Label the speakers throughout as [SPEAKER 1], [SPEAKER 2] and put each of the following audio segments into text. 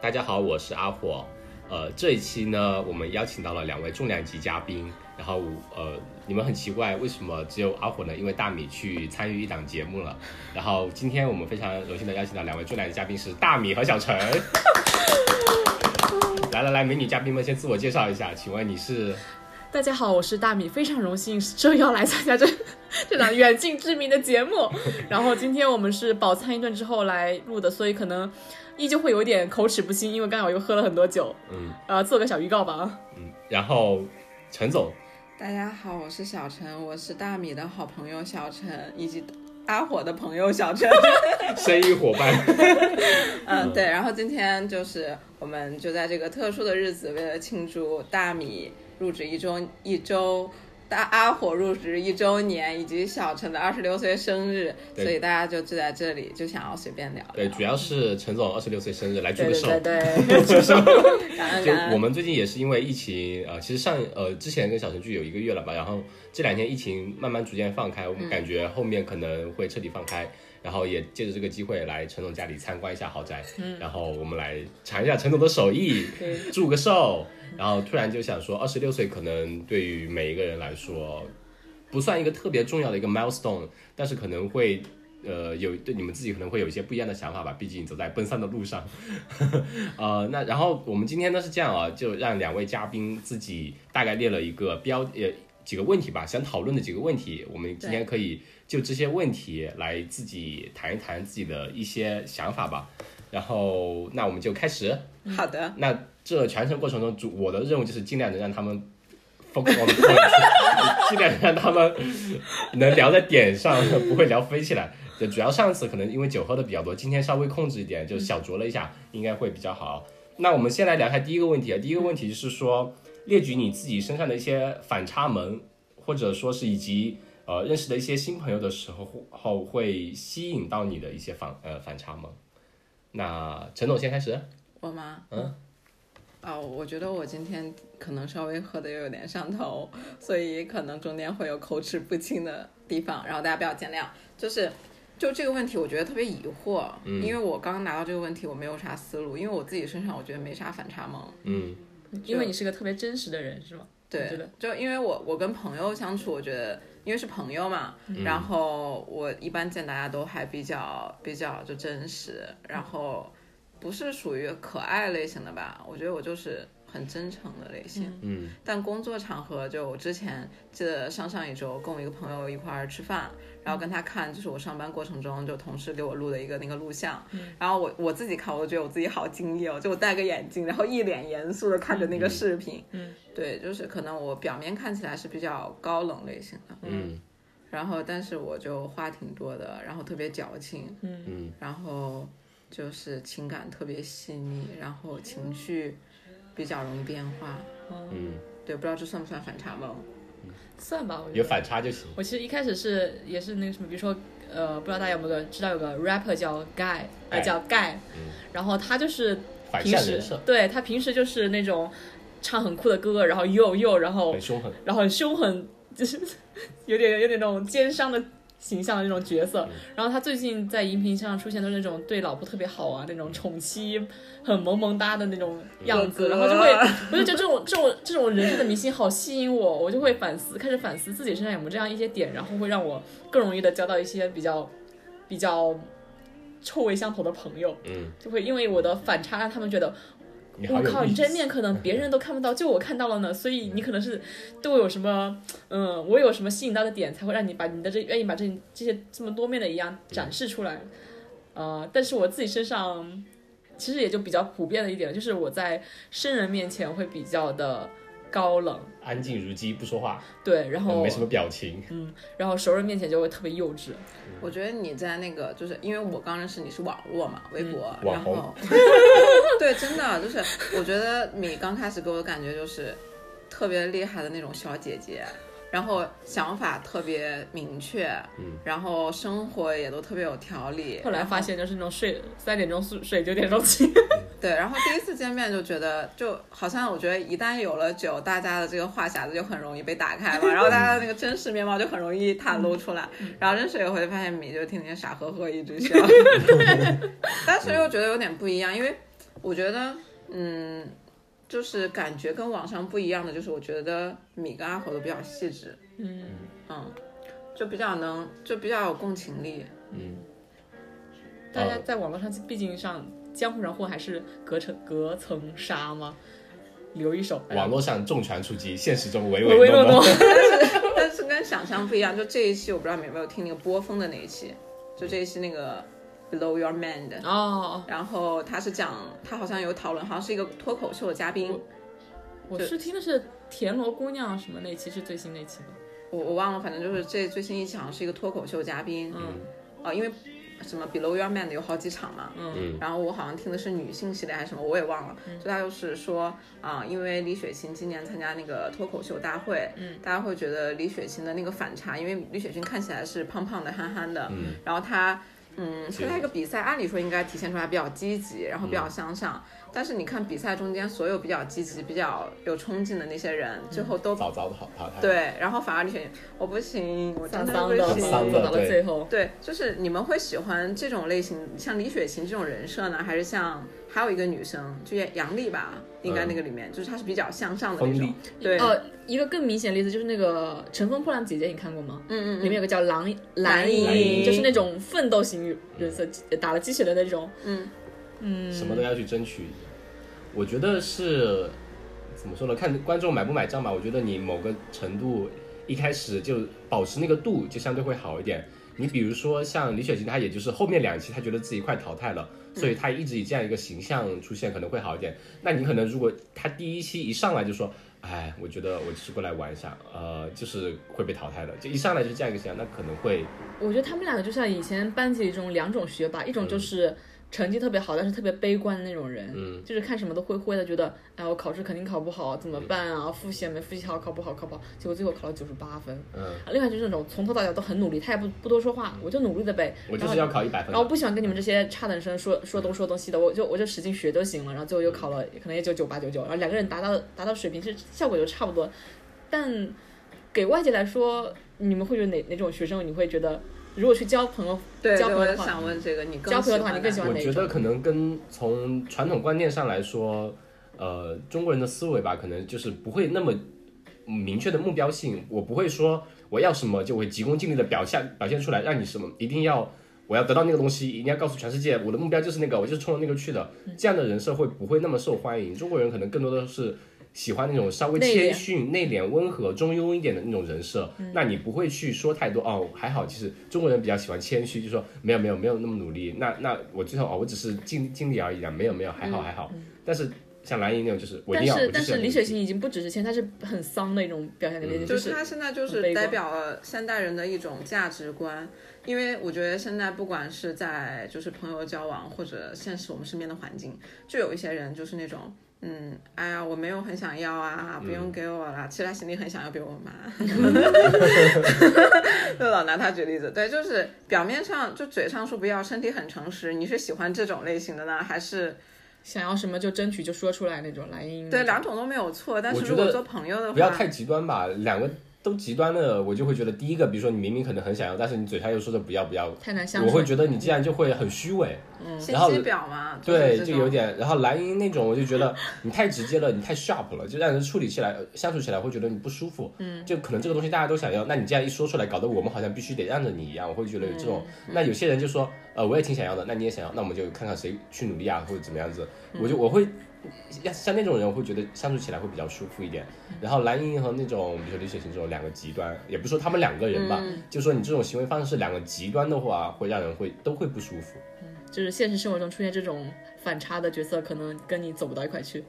[SPEAKER 1] 大家好，我是阿火。呃，这一期呢，我们邀请到了两位重量级嘉宾。然后，呃，你们很奇怪，为什么只有阿火呢？因为大米去参与一档节目了。然后，今天我们非常荣幸的邀请到两位重量级嘉宾是大米和小 陈。来来来，美女嘉宾们先自我介绍一下，请问你是？
[SPEAKER 2] 大家好，我是大米，非常荣幸受邀来参加这这档远近知名的节 目。然后今天我们是饱餐一顿之后来录的，所以可能依旧会有点口齿不清，因为刚好又喝了很多酒。
[SPEAKER 1] 嗯
[SPEAKER 2] 呃，做个小预告吧啊。
[SPEAKER 1] 嗯。然后，陈总，
[SPEAKER 3] 大家好，我是小陈，我是大米的好朋友小陈，以及阿火的朋友小陈。
[SPEAKER 1] 生意伙伴。
[SPEAKER 3] 嗯，对。然后今天就是我们就在这个特殊的日子，为了庆祝大米入职一周一周。大阿火入职一周年，以及小陈的二十六岁生日，
[SPEAKER 1] 对
[SPEAKER 3] 所以大家就聚在这里，就想要随便聊
[SPEAKER 1] 对，
[SPEAKER 3] 聊。
[SPEAKER 1] 主要是陈总二十六岁生日，来祝
[SPEAKER 2] 对
[SPEAKER 1] 个
[SPEAKER 2] 对
[SPEAKER 1] 寿。
[SPEAKER 2] 对对，
[SPEAKER 3] 感恩
[SPEAKER 1] 就
[SPEAKER 3] 感恩。
[SPEAKER 1] 我们最近也是因为疫情，呃，其实上呃之前跟小程剧有一个月了吧，然后这两天疫情慢慢逐渐放开，我们感觉后面可能会彻底放开，然后也借着这个机会来陈总家里参观一下豪宅，然后我们来尝一下陈总的手艺，祝个寿，然后突然就想说，二十六岁可能对于每一个人来说，不算一个特别重要的一个 milestone，但是可能会。呃，有对你们自己可能会有一些不一样的想法吧，毕竟走在奔三的路上。呃，那然后我们今天呢是这样啊，就让两位嘉宾自己大概列了一个标呃几个问题吧，想讨论的几个问题，我们今天可以就这些问题来自己谈一谈自己的一些想法吧。然后那我们就开始。
[SPEAKER 3] 好的，
[SPEAKER 1] 那这全程过程中，主我的任务就是尽量能让他们 focus on the point，尽 量让他们能聊在点上，不会聊飞起来。对，主要上次可能因为酒喝的比较多，今天稍微控制一点，就小酌了一下，应该会比较好。那我们先来聊一下第一个问题啊，第一个问题是说，列举你自己身上的一些反差萌，或者说是以及呃认识的一些新朋友的时候后会吸引到你的一些反呃反差萌。那陈总先开始，啊
[SPEAKER 3] 我吗？
[SPEAKER 1] 嗯。
[SPEAKER 3] 哦，我觉得我今天可能稍微喝的有点上头，所以可能中间会有口齿不清的地方，然后大家不要见谅。就是就这个问题，我觉得特别疑惑，
[SPEAKER 1] 嗯
[SPEAKER 3] 因为我刚拿到这个问题，我没有啥思路，因为我自己身上我觉得没啥反差萌。
[SPEAKER 1] 嗯。
[SPEAKER 2] 因为你是个特别真实的人，是吗？我觉
[SPEAKER 3] 对
[SPEAKER 2] 得，
[SPEAKER 3] 就因为我我跟朋友相处，我觉得因为是朋友嘛，
[SPEAKER 2] 嗯
[SPEAKER 3] 然后我一般见大家都还比较比较就真实，然后不是属于可爱类型的吧，我觉得我就是很真诚的类型。
[SPEAKER 1] 嗯，
[SPEAKER 3] 但工作场合就我之前记得上上一周跟我一个朋友一块儿吃饭，然后跟他看就是我上班过程中就同事给我录的一个那个录像，
[SPEAKER 2] 嗯
[SPEAKER 3] 然后我我自己看我都觉得我自己好敬业哦，就我戴个眼镜，然后一脸严肃的看着那个视频，
[SPEAKER 2] 嗯，
[SPEAKER 3] 对，就是可能我表面看起来是比较高冷类型的，
[SPEAKER 1] 嗯
[SPEAKER 3] 然后但是我就话挺多的，然后特别矫情，
[SPEAKER 1] 嗯
[SPEAKER 3] 然后就是情感特别细腻，然后情绪比较容易变化，
[SPEAKER 1] 嗯，
[SPEAKER 3] 对，不知道这算不算反差萌？
[SPEAKER 2] 算吧，我觉
[SPEAKER 1] 有
[SPEAKER 2] 得。
[SPEAKER 1] 反差就行。
[SPEAKER 2] 我其实一开始是也是那个什么，比如说呃，不知道大家有没有知道有个 rapper 叫 Guy，
[SPEAKER 1] 哎
[SPEAKER 2] 呃叫 Guy，然后他就是
[SPEAKER 1] 嗯反
[SPEAKER 2] 哦平
[SPEAKER 1] 向
[SPEAKER 2] 时
[SPEAKER 1] 人设，
[SPEAKER 2] 对他平时就是那种唱很酷的歌，然后又又然后
[SPEAKER 1] 很凶狠。
[SPEAKER 2] 然后很凶狠， 就是有点有点那种奸商的形象的那种角色。然后他最近在荧屏上出现的那种对老婆特别好啊，那种宠妻很萌萌哒的那种样子，
[SPEAKER 3] 嗯
[SPEAKER 2] 然后就会我就觉得这种这种这种人设的明星好吸引我，我就会反思，开始反思自己身上有没有这样一些点，然后会让我更容易的交到一些比较比较臭味相投的朋友，
[SPEAKER 1] 嗯，
[SPEAKER 2] 就会因为我的反差让他们觉得
[SPEAKER 1] 你好
[SPEAKER 2] 我
[SPEAKER 1] 有
[SPEAKER 2] 靠，你
[SPEAKER 1] 意思嗯
[SPEAKER 2] 这面可能别人都看不到，就我看到了呢。所以你可能是对我有什么，嗯，我有什么吸引到的点，才会让你把你的这愿意把这这些这么多面的一
[SPEAKER 1] 嗯
[SPEAKER 2] 样展示出来。呃，但是我自己身上其实也就比较普遍的一点，就是我在生人面前会比较的高冷，
[SPEAKER 1] 安静如鸡，不说话，嗯
[SPEAKER 2] 对，然后
[SPEAKER 1] 没什么表情。
[SPEAKER 2] 然后熟人面前就会特别幼稚，
[SPEAKER 3] 我觉得你在那个，就是因为我刚认识你是网络嘛，微博，
[SPEAKER 1] 嗯网
[SPEAKER 3] 然
[SPEAKER 1] 红
[SPEAKER 3] 后，对，真的就是，我觉得你刚开始给我的感觉就是特别厉害的那种小姐姐，然后想法特别明确，
[SPEAKER 1] 嗯，
[SPEAKER 3] 然后生活也都特别有条理。
[SPEAKER 2] 后来
[SPEAKER 3] 然
[SPEAKER 2] 发现就是那种睡三点钟睡睡九点钟起，
[SPEAKER 3] 对，然后第一次见面就觉得，就好像我觉得一旦有了酒，大家的这个话匣子就很容易被打开嘛，然后大家的那个真实面貌就很容易袒露出来。然后认识以后就发 现米就天天傻呵呵一直笑，但是又觉得有点不一样，因为我觉得，嗯，就是感觉跟网上不一样的，就是我觉得米跟阿火都比较细致，
[SPEAKER 2] 嗯，
[SPEAKER 3] 嗯，就比较能，就比较有共情力。
[SPEAKER 1] 嗯，
[SPEAKER 2] 大
[SPEAKER 1] 哦
[SPEAKER 2] 家在网络上，毕竟上江湖上混还是隔层隔层纱嘛，留一手。
[SPEAKER 1] 网络上重拳出击，现实中唯
[SPEAKER 2] 哎唯唯诺
[SPEAKER 1] 诺
[SPEAKER 2] 诺。
[SPEAKER 3] 但是跟想象不一样，就这一期我不知道你们有没有听那个波峰的那一期，就这一期那个 Below Your Man 的，
[SPEAKER 2] 哦，
[SPEAKER 3] 然后他是讲他好像有讨论，好像是一个脱口秀的嘉宾，
[SPEAKER 2] 哦我是听的是田螺姑娘什么那期是最新那期吗？
[SPEAKER 3] 我我忘了，反正就是这最新一期好像是一个脱口秀嘉宾，嗯，啊、因为什么 Below Your Man 的有好几场嘛，
[SPEAKER 1] 嗯，
[SPEAKER 3] 然后我好像听的是女性系列还是什么，我也忘了。就他就是说啊、因为李雪琴今年参加那个脱口秀大会，嗯，大家会觉得李雪琴的那个反差，因为李雪琴看起来是胖胖的、憨憨的，嗯，然后她。嗯，参加一个比赛，按理说应该体现出来比较积极，然后比较向上。但是你看比赛中间所有比较积极、比较有冲劲的那些人，最后都、
[SPEAKER 1] 早早的好淘汰。，
[SPEAKER 3] 对，然后反而李雪琴，我不行，我真
[SPEAKER 2] 丧丧
[SPEAKER 3] 的不
[SPEAKER 2] 的，
[SPEAKER 3] 行，
[SPEAKER 1] 丧丧
[SPEAKER 2] 走
[SPEAKER 1] 的
[SPEAKER 2] 到了
[SPEAKER 1] 对
[SPEAKER 2] 最后。
[SPEAKER 3] 对，就是你们会喜欢这种类型，像李雪琴这种人设呢，还是像还有一个女生，就杨丽吧，应该那个里面、就是她是比较向上的那
[SPEAKER 1] 锋
[SPEAKER 3] 种
[SPEAKER 1] 利，
[SPEAKER 3] 对，
[SPEAKER 2] 呃，一个更明显的例子就是那个《乘风破浪姐姐》，你看过吗？
[SPEAKER 3] 嗯
[SPEAKER 2] 里面有个叫蓝
[SPEAKER 3] 蓝
[SPEAKER 2] 莹
[SPEAKER 1] 莹
[SPEAKER 2] 就是那种奋斗型人设，打了鸡血的那种。
[SPEAKER 3] 嗯
[SPEAKER 2] 嗯，
[SPEAKER 1] 什么都要去争取。我觉得是怎么说呢？看观众买不买账吧。我觉得你某个程度一开始就保持那个度，就相对会好一点。你比如说像李雪琴，她也就是后面两期她觉得自己快淘汰了，
[SPEAKER 2] 嗯
[SPEAKER 1] 所以她一直以这样一个形象出现可能会好一点。那你可能如果她第一期一上来就说，哎，我觉得我就是过来玩一下，呃，就是会被淘汰的，就一上来就是这样一个形象，那可能会
[SPEAKER 2] 我觉得他们两个就像以前班级里中两种学霸，一种就是成绩特别好，但是特别悲观的那种人，
[SPEAKER 1] 嗯
[SPEAKER 2] 就是看什么都灰灰的，觉得哎我考试肯定考不好，怎么办啊？复习也没复习好，考不好考不好，结果最后考了九十八分。
[SPEAKER 1] 嗯
[SPEAKER 2] 啊，另外就是那种从头到脚都很努力，他也不不多说话，我就努力的呗，
[SPEAKER 1] 我就
[SPEAKER 2] 然后
[SPEAKER 1] 是要考一百分
[SPEAKER 2] 然。后不喜欢跟你们这些差等生说说东说东西的，我就我就使劲学就行了，然后最后又考
[SPEAKER 1] 嗯
[SPEAKER 2] 了可能也就九八九九，然后两个人达到达到水平是效果就差不多，但给外界来说，你们会觉得哪哪种学生你会觉得，如果去交朋友
[SPEAKER 3] 对
[SPEAKER 2] 交
[SPEAKER 3] 对，
[SPEAKER 2] 朋
[SPEAKER 3] 我
[SPEAKER 2] 友的
[SPEAKER 3] 也
[SPEAKER 2] 话，
[SPEAKER 3] 想问这个，你更
[SPEAKER 2] 交朋友的话
[SPEAKER 3] 哪
[SPEAKER 2] 你更喜欢
[SPEAKER 1] 我
[SPEAKER 2] 哪
[SPEAKER 1] 觉得可能跟从传统观念上来说，呃，中国人的思维吧，可能就是不会那么明确的目标性。我不会说我要什么就会急功近利的表现表现出来，让你什么一定要我要得到那个东西，一定要告诉全世界我的目标就是那个，我就是冲着那个去的。
[SPEAKER 2] 嗯
[SPEAKER 1] 这样的人设会不会那么受欢迎？中国人可能更多的是。喜欢那种稍微
[SPEAKER 2] 内敛
[SPEAKER 1] 谦逊、内敛、温和、中庸一点的那种人设，
[SPEAKER 2] 嗯
[SPEAKER 1] 那你不会去说太多哦。还好，其实中国人比较喜欢谦虚，就说没有没有没有那么努力。那那我最后哦，我只是尽尽力而已啊，没有没有，还好还好。但是像蓝莹那种，就是我一
[SPEAKER 2] 嗯但
[SPEAKER 1] 定要，
[SPEAKER 2] 是
[SPEAKER 1] 我就
[SPEAKER 2] 但
[SPEAKER 1] 是要
[SPEAKER 2] 是李
[SPEAKER 1] 努
[SPEAKER 2] 雪
[SPEAKER 1] 力
[SPEAKER 2] 琴已经不只是谦，她是很丧的一种表现给
[SPEAKER 1] 嗯
[SPEAKER 2] 力，
[SPEAKER 3] 就
[SPEAKER 2] 就是是
[SPEAKER 3] 他现在就
[SPEAKER 2] 很
[SPEAKER 3] 是
[SPEAKER 2] 悲观
[SPEAKER 3] 代表了现代人的一种价值观，因为我觉得现在不管是在就是朋友交往或者现实我们身边的环境，就有一些人就是那种。嗯，哎呀，我没有很想要啊，不
[SPEAKER 1] 嗯
[SPEAKER 3] 用给我啦。其实他心里很想要，给我 妈。就老拿他举例子，对，就是表面上就嘴上说不要，身体很诚实。你是喜欢这种类型的呢，还是
[SPEAKER 2] 想要什么就争取就说出来那种蓝音。
[SPEAKER 3] 对两种都没有错？但是
[SPEAKER 1] 嗯我觉
[SPEAKER 3] 如果
[SPEAKER 1] 得
[SPEAKER 3] 做朋友的话，
[SPEAKER 1] 不要太极端吧，两个都极端了，我就会觉得第一个，比如说你明明可能很想要，但是你嘴上又说着不要不要，
[SPEAKER 2] 太难相处，
[SPEAKER 1] 我会觉得你这样就会很虚伪。
[SPEAKER 3] 嗯信
[SPEAKER 1] 然后
[SPEAKER 3] 息表嘛，就是
[SPEAKER 1] 对，
[SPEAKER 3] 这
[SPEAKER 1] 就
[SPEAKER 3] 种
[SPEAKER 1] 有点。然后蓝莹那种，我就觉得你太直接了，你太 sharp 了，就让人处理起来、呃相处起来会觉得你不舒服。嗯，就可能这个东西大家都想要，那你这样一说出来，搞得我们好像必须得让着你一样，我会觉得有这种。
[SPEAKER 3] 嗯
[SPEAKER 1] 那有些人就说，呃，我也挺想要的，那你也想要，那我们就看看谁去努力啊，或者怎么样子。
[SPEAKER 3] 嗯
[SPEAKER 1] 我就我会。像像那种人，我会觉得相处起来会比较舒服一点。
[SPEAKER 3] 嗯
[SPEAKER 1] 然后蓝莹和那种，比如说李雪琴这种两个极端，也不是说他们两个人吧，
[SPEAKER 3] 嗯
[SPEAKER 1] 就说你这种行为方式两个极端的话，会让人会都会不舒服。
[SPEAKER 2] 就是现实生活中出现这种反差的角色，可能跟你走不到一块去。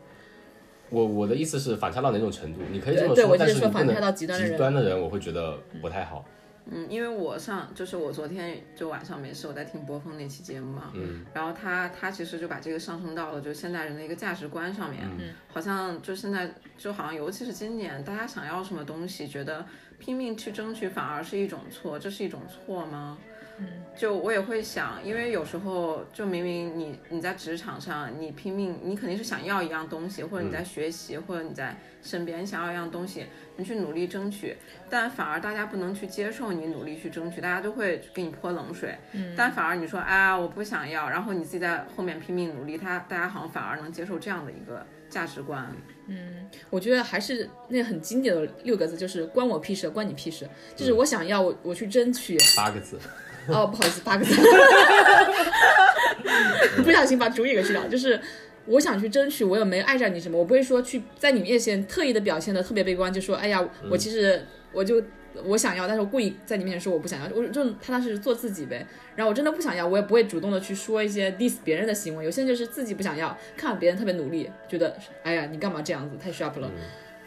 [SPEAKER 1] 我我的意思是反差到哪种程度？你可以这么
[SPEAKER 2] 对对我就
[SPEAKER 1] 但
[SPEAKER 2] 是
[SPEAKER 1] 是
[SPEAKER 2] 说
[SPEAKER 1] 你不
[SPEAKER 2] 反
[SPEAKER 1] 能
[SPEAKER 2] 差到极端的人
[SPEAKER 1] 的人我会觉得不太好。
[SPEAKER 3] 嗯，因为我上就是我昨天就晚上没事，我在听波峰那期节目嘛，
[SPEAKER 1] 嗯，
[SPEAKER 3] 然后他他其实就把这个上升到了就是现代人的一个价值观上面，嗯，好像就现在就好像尤其是今年，大家想要什么东西，觉得拼命去争取反而是一种错，这是一种错吗？就我也会想，因为有时候就明明你你在职场上你拼命，你肯定是想要一样东西，或者你在学习，或者你在身边你想要一样东西，你去努力争取，但反而大家不能去接受你努力去争取，大家就会给你泼冷水。但反而你说哎呀我不想要，然后你自己在后面拼命努力，他大家好像反而能接受这样的一个价值观。
[SPEAKER 2] 我觉得还是那个很经典的六个字，就是关我屁事，关你屁事。就是我想要，我我去争取。
[SPEAKER 1] 八个字，
[SPEAKER 2] 哦，不好意思，八个字， 不小心把主语给去掉。就是我想去争取，我也没碍着你什么，我不会说去在你面前特意的表现的特别悲观，就说哎呀，我其实我就我想要，但是我故意在你面前说我不想要，我就踏踏实实做自己呗。然后我真的不想要，我也不会主动的去说一些 diss 别人的行为。有些人就是自己不想要，看别人特别努力，觉得哎呀你干嘛这样子，太 sharp 了。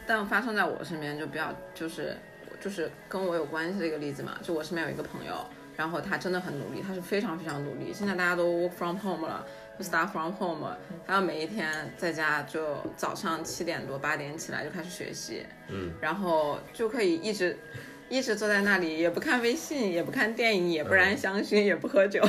[SPEAKER 3] 但发生在我身边就比较就是就是跟我有关系的一个例子嘛，就我身边有一个朋友，然后他真的很努力，他是非常非常努力。现在大家都 work from home 了，就 start from home，他要每一天在家就早上七点多八点起来就开始学习，嗯，然后就可以一直。一直坐在那里，也不看微信，也不看电影，也不燃香薰，也不喝酒，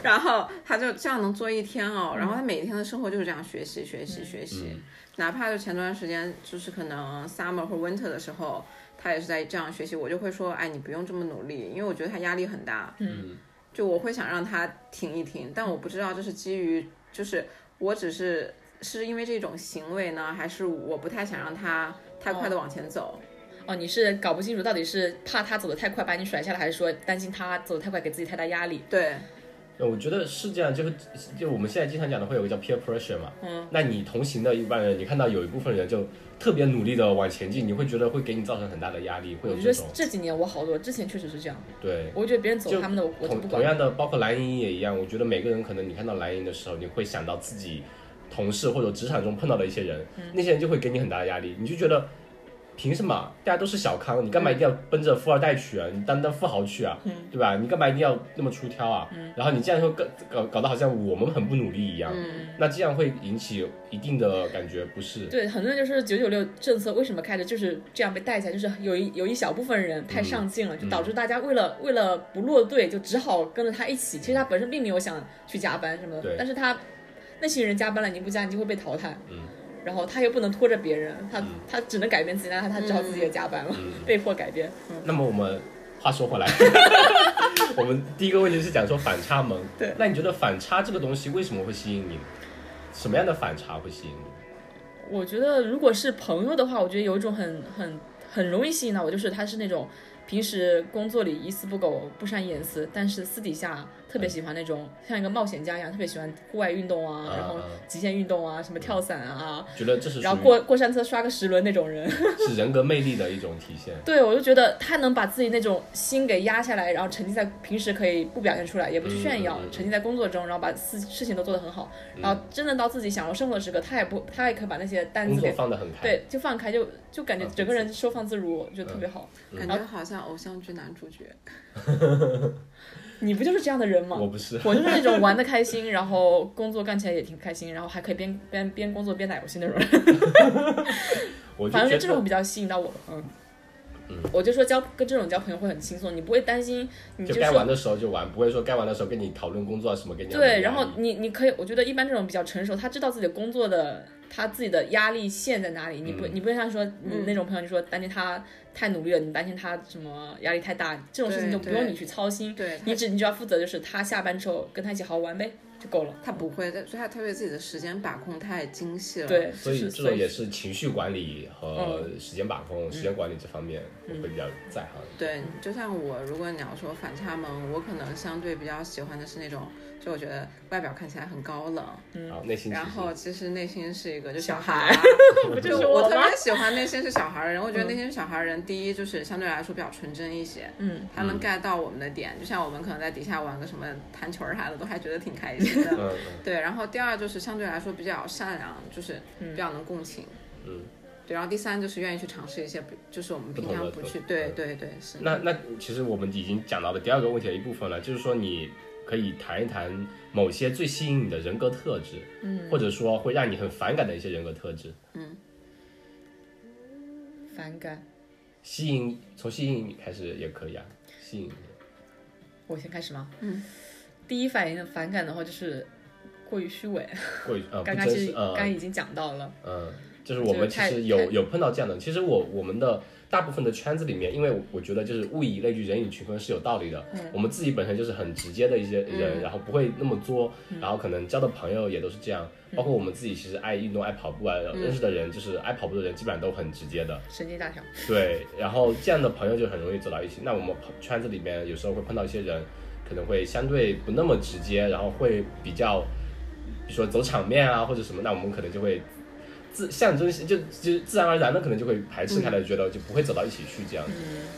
[SPEAKER 3] 然后他就这样能做一天哦。然后他每一天的生活就是这样学习，学习，学习。哪怕就前段时间，就是可能 summer 或 winter 的时候，他也是在这样学习，我就会说，哎，你不用这么努力，因为我觉得他压力很大。嗯，就我会想让他停一停，但我不知道这是基于，就是我只是是因为这种行为呢，还是我不太想让他太快的往前走。
[SPEAKER 2] 哦，你是搞不清楚到底是怕他走得太快把你甩下来，还是说担心他走得太快给自己太大压力？
[SPEAKER 3] 对，
[SPEAKER 1] 呃我觉得是这样，就是就我们现在经常讲的会有个叫 peer pressure 嘛，嗯，那你同行的一般人，你看到有一部分人就特别努力的往前进，你会觉得会给你造成很大的压力，会有
[SPEAKER 2] 我觉
[SPEAKER 1] 这
[SPEAKER 2] 得
[SPEAKER 1] 种
[SPEAKER 2] 这几年我好多，之前确实是这样，
[SPEAKER 1] 对。
[SPEAKER 2] 我觉得别人走
[SPEAKER 1] 就
[SPEAKER 2] 他们的，我我就
[SPEAKER 1] 同
[SPEAKER 2] 不
[SPEAKER 1] 同
[SPEAKER 2] 管。
[SPEAKER 1] 样的，包括蓝营也一样，我觉得每个人可能你看到蓝营的时候，你会想到自己同事或者职场中碰到的一些人，
[SPEAKER 2] 嗯
[SPEAKER 1] 那些人就会给你很大的压力，你就觉得凭什么大家都是小康，你干嘛一定
[SPEAKER 2] 嗯
[SPEAKER 1] 要奔着富二代去啊？你当当富豪去啊，对吧？你干嘛一定要那么出挑啊？
[SPEAKER 2] 嗯
[SPEAKER 1] 然后你这样说搞搞搞得好像我们很不努力一样，
[SPEAKER 2] 嗯
[SPEAKER 1] 那这样会引起一定的感觉不适。
[SPEAKER 2] 对，很多人就是九九六政策为什么开的就是这样被带起来，就是有一有一小部分人
[SPEAKER 1] 嗯
[SPEAKER 2] 太上进了，就导致大家为了为了不落队，就只好跟着他一起。其实他本身并没有想去加班什么的
[SPEAKER 1] 对，
[SPEAKER 2] 但是他那些人加班了，你不加，你就会被淘汰。
[SPEAKER 1] 嗯
[SPEAKER 2] 然后他又不能拖着别人，他、他只能改变自己，那他他只好自己也加班了，
[SPEAKER 1] 嗯
[SPEAKER 2] 被迫改变。
[SPEAKER 1] 那么我们话说 回来，我们第一个问题是讲说反差萌。
[SPEAKER 2] 对，
[SPEAKER 1] 那你觉得反差这个东西为什么会吸引你？什么样的反差会吸引你？
[SPEAKER 2] 我觉得如果是朋友的话，我觉得有一种很很很容易吸引到我，就是他是那种平时工作里一丝不苟、不善言辞，但是私底下特别喜欢那种像一个冒险家一样，特别喜欢户外运动啊，
[SPEAKER 1] 啊
[SPEAKER 2] 然后极限运动啊，什么跳伞啊，
[SPEAKER 1] 觉得这是属
[SPEAKER 2] 然后
[SPEAKER 1] 于
[SPEAKER 2] 过过山车刷个十轮那种人。
[SPEAKER 1] 是人格魅力的一种体现。
[SPEAKER 2] 对，我就觉得他能把自己那种心给压下来，然后沉浸在平时可以不表现出来，也不去炫耀，
[SPEAKER 1] 嗯嗯嗯嗯
[SPEAKER 2] 沉浸在工作中，然后把事事情都做得很好，然后真的到自己想要生活的时刻，他也不，他也可以把那些单
[SPEAKER 1] 工
[SPEAKER 2] 子
[SPEAKER 1] 作
[SPEAKER 2] 给
[SPEAKER 1] 放得很开，
[SPEAKER 2] 对，就放开，就就感觉整个人收放自如，
[SPEAKER 1] 嗯
[SPEAKER 2] 就特别好。
[SPEAKER 3] 感觉好像偶像剧男主角。
[SPEAKER 2] 你不就是这样的人吗？
[SPEAKER 1] 我不是，
[SPEAKER 2] 我就是那种玩的开心，然后工作干起来也挺开心，然后还可以边边边工作边打游戏那种人。
[SPEAKER 1] 我就
[SPEAKER 2] 反正
[SPEAKER 1] 觉
[SPEAKER 2] 就这种
[SPEAKER 1] 得
[SPEAKER 2] 比较吸引到我吧，嗯。我就说交跟这种交朋友会很轻松，你不会担心，你
[SPEAKER 1] 就该玩
[SPEAKER 2] 说
[SPEAKER 1] 的时候就玩，不会说该玩的时候跟你讨论工作啊什么，跟你
[SPEAKER 2] 对，然后你你可以，我觉得一般这种比较成熟，他知道自己的工作的他自己的压力线在哪里，你
[SPEAKER 1] 嗯
[SPEAKER 2] 不、你不会像
[SPEAKER 3] 嗯
[SPEAKER 2] 说你那种朋友，你说担心他太努力了，你担心他什么压力太大，这种事情
[SPEAKER 3] 对
[SPEAKER 2] 就不用
[SPEAKER 3] 对
[SPEAKER 2] 你去操心，
[SPEAKER 3] 对，
[SPEAKER 2] 你只你就要负责就是他下班之后跟他一起好好玩呗，就够了。
[SPEAKER 3] 他不会，但所以他他对自己的时间把控太精细了。，
[SPEAKER 2] 对，
[SPEAKER 1] 啊所以
[SPEAKER 2] 就是嗯
[SPEAKER 1] 这种也是情绪管理和时间把控、时间管理这方面我会比较在行。
[SPEAKER 3] 对，就像我，如果你要说反差萌，我可能相对比较喜欢的是那种，就我觉得外表看起来很高冷，
[SPEAKER 2] 嗯
[SPEAKER 1] 然后内心其
[SPEAKER 3] 然
[SPEAKER 1] 实
[SPEAKER 3] 后其实内心是一个就
[SPEAKER 2] 小
[SPEAKER 3] 孩
[SPEAKER 2] 孩
[SPEAKER 3] 儿啊。
[SPEAKER 2] 不就
[SPEAKER 3] 就是我
[SPEAKER 2] 我
[SPEAKER 3] 特
[SPEAKER 2] 吗
[SPEAKER 3] 别？喜欢内心是小孩儿的人，我觉得内心是小孩儿的人，第一就是相对来说比较纯真一些，
[SPEAKER 2] 嗯，
[SPEAKER 3] 他能 get 到我们的点，就像我们可能在底下玩个什么弹球儿啥的，都还觉得挺开心的。
[SPEAKER 1] 嗯嗯。
[SPEAKER 3] 对，然后第二就是相对来说比较善良，就是比较能共情。
[SPEAKER 1] 嗯。
[SPEAKER 3] 对，然后第三就是愿意去尝试一些不，就是我们平常
[SPEAKER 1] 不
[SPEAKER 3] 不
[SPEAKER 1] 同的
[SPEAKER 3] 去。
[SPEAKER 1] 东西
[SPEAKER 3] 对
[SPEAKER 1] 嗯
[SPEAKER 3] 对对，是。
[SPEAKER 1] 那那其实我们已经讲到了第二个问题的一部分了，就是说你可以谈一谈某些最吸引你的人格特质，嗯，或者说会让你很反感的一些人格特质，
[SPEAKER 2] 反感，
[SPEAKER 1] 吸引从吸引你开始也可以啊，吸引你
[SPEAKER 2] 我先开始吗？嗯，第一反应的反感的话就是过于虚伪，
[SPEAKER 1] 过于呃不
[SPEAKER 2] 刚刚
[SPEAKER 1] 真
[SPEAKER 2] 其
[SPEAKER 1] 实
[SPEAKER 2] 实
[SPEAKER 1] 呃
[SPEAKER 2] 刚刚已经讲到了，
[SPEAKER 1] 嗯，就是我们其
[SPEAKER 2] 就是太
[SPEAKER 1] 实有有碰到这样的，其实我我们的大部分的圈子里面，因为我觉得就是物以类聚，人以群分是有道理
[SPEAKER 2] 嗯
[SPEAKER 1] 的。我们自己本身就是很直接的一些人，然后不会那么作，
[SPEAKER 2] 嗯
[SPEAKER 1] 然后可能交的朋友也都是这样。包括我们自己其实爱运动、爱跑步啊，
[SPEAKER 2] 嗯
[SPEAKER 1] 认识的人就是爱跑步的人，基本上都很直接的。
[SPEAKER 2] 神经大条。
[SPEAKER 1] 对，然后这样的朋友就很容易走到一起。那我们朋圈子里面有时候会碰到一些人，可能会相对不那么直接，然后会比较，比如说走场面啊或者什么，那我们可能就会自象征性就就自然而然的可能就会排斥开
[SPEAKER 2] 嗯
[SPEAKER 1] 来，觉得就不会走到一起去这样子。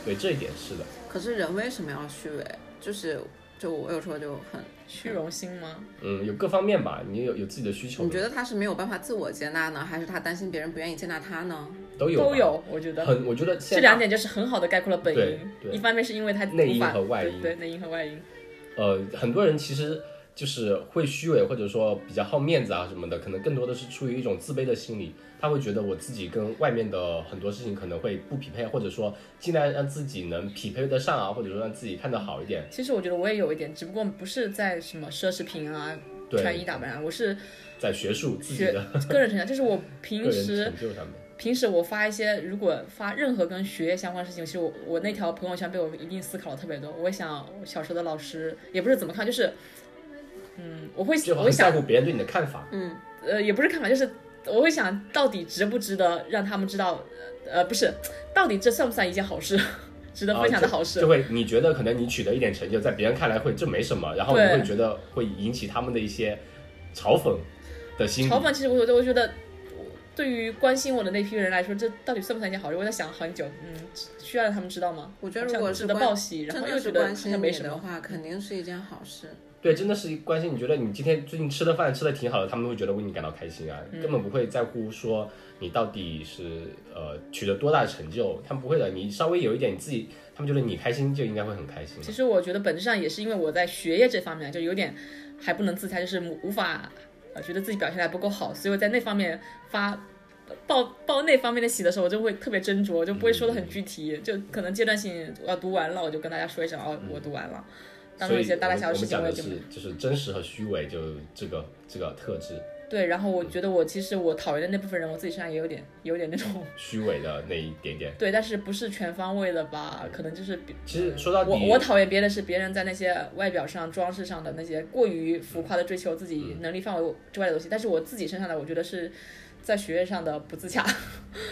[SPEAKER 1] 对，这一点是的。
[SPEAKER 3] 可是人为什么要虚伪？就是就我有时候就很，
[SPEAKER 2] 虚荣心吗？
[SPEAKER 1] 嗯，有各方面吧，你有有自己的需求
[SPEAKER 2] 嗯
[SPEAKER 3] 你
[SPEAKER 1] 的，
[SPEAKER 3] 觉得他是没有办法自我接纳呢，还是他担心别人不愿意接纳他呢？
[SPEAKER 1] 都有
[SPEAKER 2] 都
[SPEAKER 1] 吧。
[SPEAKER 2] 有，我觉得
[SPEAKER 1] 很，我觉得
[SPEAKER 2] 这
[SPEAKER 1] 现
[SPEAKER 2] 两
[SPEAKER 1] 在
[SPEAKER 2] 点就是很好的概括了本
[SPEAKER 1] 对
[SPEAKER 2] 因。
[SPEAKER 1] 对
[SPEAKER 2] 一方面是因为他
[SPEAKER 1] 内因
[SPEAKER 2] 无法
[SPEAKER 1] 和外
[SPEAKER 2] 对
[SPEAKER 1] 因
[SPEAKER 2] 对内因和外因，
[SPEAKER 1] 呃，很多人其实就是会虚伪，或者说比较好面子啊什么的，可能更多的是出于一种自卑的心理，他会觉得我自己跟外面的很多事情可能会不匹配，或者说尽量让自己能匹配得上啊，或者说让自己看得好一点。
[SPEAKER 2] 其实我觉得我也有一点，只不过不是在什么奢侈品啊、穿衣
[SPEAKER 1] 对，
[SPEAKER 2] 打扮啊，我是
[SPEAKER 1] 在学术自己的
[SPEAKER 2] 个人成长，就是我
[SPEAKER 1] 个
[SPEAKER 2] 平
[SPEAKER 1] 人
[SPEAKER 2] 时
[SPEAKER 1] 成就上面，
[SPEAKER 2] 平时我发一些，如果发任何跟学业相关的事情，其实我我那条朋友圈被我一定思考了特别多。我想我小时候的老师也不是怎么看，就是，嗯，我会
[SPEAKER 1] 就
[SPEAKER 2] 我
[SPEAKER 1] 很
[SPEAKER 2] 会想
[SPEAKER 1] 在乎别人对你的看法。
[SPEAKER 2] 呃，也不是看法，就是我会想到底值不值得让他们知道，呃，不是，到底这算不算一件好事， 值得分享的好事？
[SPEAKER 1] 啊就会你觉得可能你取得一点成就，在别人看来会这没什么，然后你
[SPEAKER 2] 对
[SPEAKER 1] 会觉得会引起他们的一些嘲讽的心理。
[SPEAKER 2] 嘲讽其实我觉得，我觉得对于关心我的那批人来说，这到底算不算一件好事？我在想很久，嗯，需要让他们知道吗？
[SPEAKER 3] 我觉得如果
[SPEAKER 2] 值
[SPEAKER 3] 是
[SPEAKER 2] 得报
[SPEAKER 3] 关
[SPEAKER 2] 喜，然
[SPEAKER 3] 真
[SPEAKER 2] 后
[SPEAKER 3] 的
[SPEAKER 2] 又
[SPEAKER 3] 是
[SPEAKER 2] 觉得好
[SPEAKER 3] 关
[SPEAKER 2] 像
[SPEAKER 3] 心
[SPEAKER 2] 没
[SPEAKER 3] 你
[SPEAKER 2] 什
[SPEAKER 3] 的
[SPEAKER 2] 么。嗯
[SPEAKER 3] 话，肯定是一件好事。
[SPEAKER 1] 对，真的是关心。你觉得你今天最近吃的饭吃的挺好的，他们会觉得为你感到开心啊，
[SPEAKER 2] 嗯
[SPEAKER 1] 根本不会在乎说你到底是呃取得多大的成就，他们不会的。你稍微有一点你自己，他们觉得你开心就应该会很开心。
[SPEAKER 2] 其实我觉得本质上也是因为我在学业这方面就有点还不能自洽，就是无法呃觉得自己表现得还不够好，所以我在那方面发报报那方面的喜的时候，我就会特别斟酌，我就不会说的很具
[SPEAKER 1] 嗯
[SPEAKER 2] 体，就可能阶段性我要读完了，我就跟大家说一声哦，我读完了。当
[SPEAKER 1] 所
[SPEAKER 2] 中
[SPEAKER 1] 以
[SPEAKER 2] 一些大大
[SPEAKER 1] 我
[SPEAKER 2] 小小
[SPEAKER 1] 们
[SPEAKER 2] 的
[SPEAKER 1] 我
[SPEAKER 2] 事
[SPEAKER 1] 们讲
[SPEAKER 2] 情我也
[SPEAKER 1] 的
[SPEAKER 2] 就
[SPEAKER 1] 就
[SPEAKER 2] 是
[SPEAKER 1] 是真实和虚伪，就这个这个特质，
[SPEAKER 2] 对，然后
[SPEAKER 1] 嗯
[SPEAKER 2] 我觉得我其实我讨厌的那部分人，我自己身上也有点有点那种
[SPEAKER 1] 虚伪的那一点点。
[SPEAKER 2] 对，但是不是全方位的吧？可能就是比
[SPEAKER 1] 其实说到底，
[SPEAKER 2] 我我讨厌别的是别人在那些外表上、装饰上的那些过于浮夸的追求自
[SPEAKER 1] 嗯
[SPEAKER 2] 己能力范围之外的东西，但是我自己身上的，我觉得是在学业上的不自洽。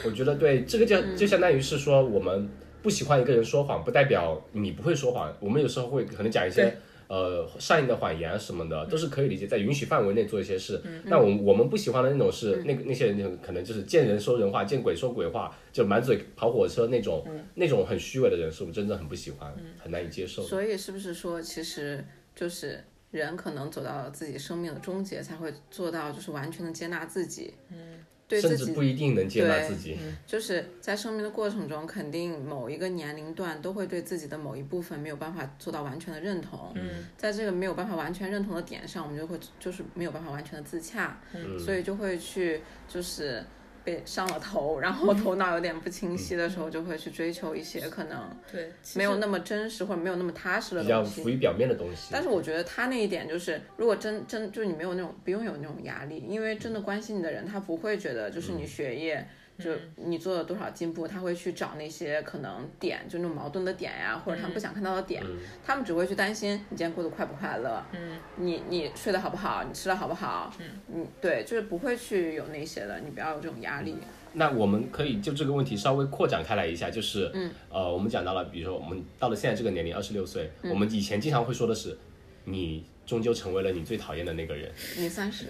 [SPEAKER 1] 我觉得对，这个就
[SPEAKER 3] 嗯
[SPEAKER 1] 就相当于是说，我们不喜欢一个人说谎，不代表你不会说谎。我们有时候会可能讲一些
[SPEAKER 2] 对
[SPEAKER 1] 呃善意的谎言啊什么的，都是可以理解，在允许范围内做一些事。
[SPEAKER 3] 嗯
[SPEAKER 1] 那我我们不喜欢的那种是那个那些人就可能就是见人说人话，见鬼说鬼话，就满嘴跑火车那种
[SPEAKER 3] 嗯
[SPEAKER 1] 那种很虚伪的人，是我们真的很不喜欢，很难以接受。
[SPEAKER 3] 所以是不是说，其实就是人可能走到自己生命的终结，才会做到就是完全的接纳自己，嗯，对
[SPEAKER 1] 甚
[SPEAKER 3] 自
[SPEAKER 1] 至
[SPEAKER 3] 己
[SPEAKER 1] 不一定能接纳
[SPEAKER 3] 对
[SPEAKER 1] 自己，
[SPEAKER 2] 嗯
[SPEAKER 3] 就是在生命的过程中，肯定某一个年龄段都会对自己的某一部分没有办法做到完全的认同。嗯，在这个没有办法完全认同的点上，我们就会就是没有办法完全的自洽，嗯、所以就会去就是被上了头，然后头脑有点不清晰的时候，就会去追求一些可能
[SPEAKER 2] 对，
[SPEAKER 3] 嗯没有那么真实或者没有那么踏实的
[SPEAKER 1] 比较
[SPEAKER 3] 东西。
[SPEAKER 1] 浮于表面的东西。
[SPEAKER 3] 但是我觉得他那一点就是，如果真真就是你没有那种不用有那种压力，因为真的关心你的人，他不会觉得就是
[SPEAKER 1] 嗯
[SPEAKER 3] 你学业、就你做了多少进步，他会去找那些可能点，就那种矛盾的点呀、或者他们不想看到的点，
[SPEAKER 1] 嗯
[SPEAKER 3] 他们只会去担心你今天过得快不快乐，嗯，你你睡得好不好，你吃的好不好，嗯，你对，就是不会去有那些的，你不要有这种压力，
[SPEAKER 1] 那我们可以就这个问题稍微扩展开来一下，就是，嗯，呃，我们讲到了，比如说我们到了现在这个年龄，二十六岁，
[SPEAKER 2] 嗯
[SPEAKER 1] 我们以前经常会说的是，你终究成为了你最讨厌的那个 人。
[SPEAKER 3] 你 三十。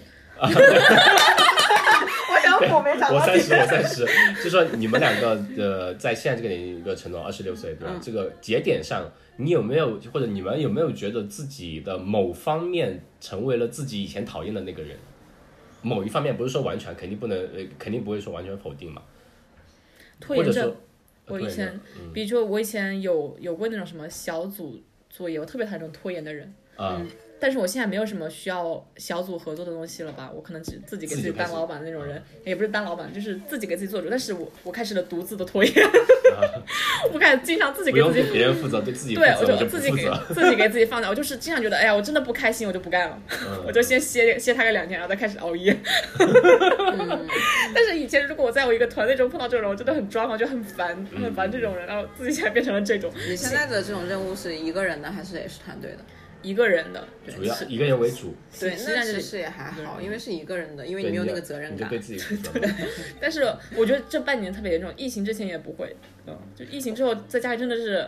[SPEAKER 3] 我想我没找
[SPEAKER 1] 我
[SPEAKER 3] 到
[SPEAKER 1] 三
[SPEAKER 3] 你，
[SPEAKER 1] 十，我三十，就说你们两个，呃，在现在这个年龄，一个陈总二十六岁，
[SPEAKER 2] 嗯
[SPEAKER 1] 对吧？这个节点上，你有没有或者你们有没有觉得自己的某方面成为了自己以前讨厌的那个人？某一方面不是说完全，肯定不能，呃，肯定不会说完全否定嘛，
[SPEAKER 2] 拖
[SPEAKER 1] 或
[SPEAKER 2] 延
[SPEAKER 1] 者
[SPEAKER 2] 症
[SPEAKER 1] 说。，呃
[SPEAKER 2] 我
[SPEAKER 1] 对
[SPEAKER 2] 以前，
[SPEAKER 1] 嗯
[SPEAKER 2] 比如说我以前有有过那种什么小组作业，我特别讨厌那种拖延的人。
[SPEAKER 1] 啊，
[SPEAKER 2] 但是我现在没有什么需要小组合作的东西了吧？我可能只自己给
[SPEAKER 1] 自己
[SPEAKER 2] 自己
[SPEAKER 1] 就开
[SPEAKER 2] 当
[SPEAKER 1] 始
[SPEAKER 2] 老板的那种人，也不是当老板，就是自己给自己做主。但是我我开始了独自的拖延， 我感觉经常自己
[SPEAKER 1] 啊不
[SPEAKER 2] 给
[SPEAKER 1] 用
[SPEAKER 2] 自己
[SPEAKER 1] 给别人负责，对自己负
[SPEAKER 2] 对，我
[SPEAKER 1] 责，我
[SPEAKER 2] 就
[SPEAKER 1] 不
[SPEAKER 2] 自己
[SPEAKER 1] 负
[SPEAKER 2] 给
[SPEAKER 1] 责。
[SPEAKER 2] 自己给自己放假，我就是经常觉得，哎呀，我真的不开心，我就不干了，
[SPEAKER 1] 嗯
[SPEAKER 2] 我就先歇歇他个两天，然后再开始熬夜。 但是以前如果我在我一个团队中碰到这种人，我真的很抓狂，就很烦，很
[SPEAKER 1] 嗯
[SPEAKER 2] 烦这种人，然后自己现在变成了这种
[SPEAKER 3] 你现在的这种任务是一个人的还是也是团队的？
[SPEAKER 2] 一个人的，
[SPEAKER 1] 主要一个人为主，
[SPEAKER 2] 对，
[SPEAKER 3] 对，
[SPEAKER 2] 现
[SPEAKER 3] 那
[SPEAKER 2] 在就
[SPEAKER 3] 其
[SPEAKER 2] 是。
[SPEAKER 3] 实也还好，因为是一个人的，因为
[SPEAKER 1] 对
[SPEAKER 3] 你没有
[SPEAKER 1] 你
[SPEAKER 3] 那
[SPEAKER 1] 就
[SPEAKER 3] 个责任
[SPEAKER 1] 你就
[SPEAKER 3] 感。
[SPEAKER 1] 对 自己负责嘛。
[SPEAKER 2] 但是我觉得这半年特别严重，疫情之前也不会，嗯，就疫情之后在家里真的是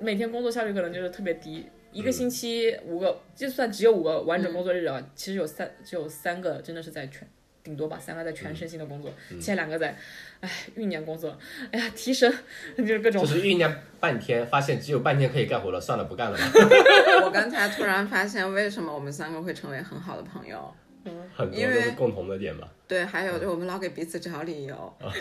[SPEAKER 2] 每天工作效率可能就是特别低，一个星期五个，就算只有五个完整工作日啊，其实有三只有三个真的是在全。顶多吧，三个在全身心的工作，其他两个在，哎，酝酿工作，哎呀，提升，就是各种
[SPEAKER 1] 就是酝酿半天，发现只有半天可以干活了，算了，不干了吧。
[SPEAKER 3] 我刚才突然发现，为什么我们三个会成为很好的朋友？
[SPEAKER 1] 很多都是共同的点嘛。
[SPEAKER 3] 对，还有就我们老给彼此找理由，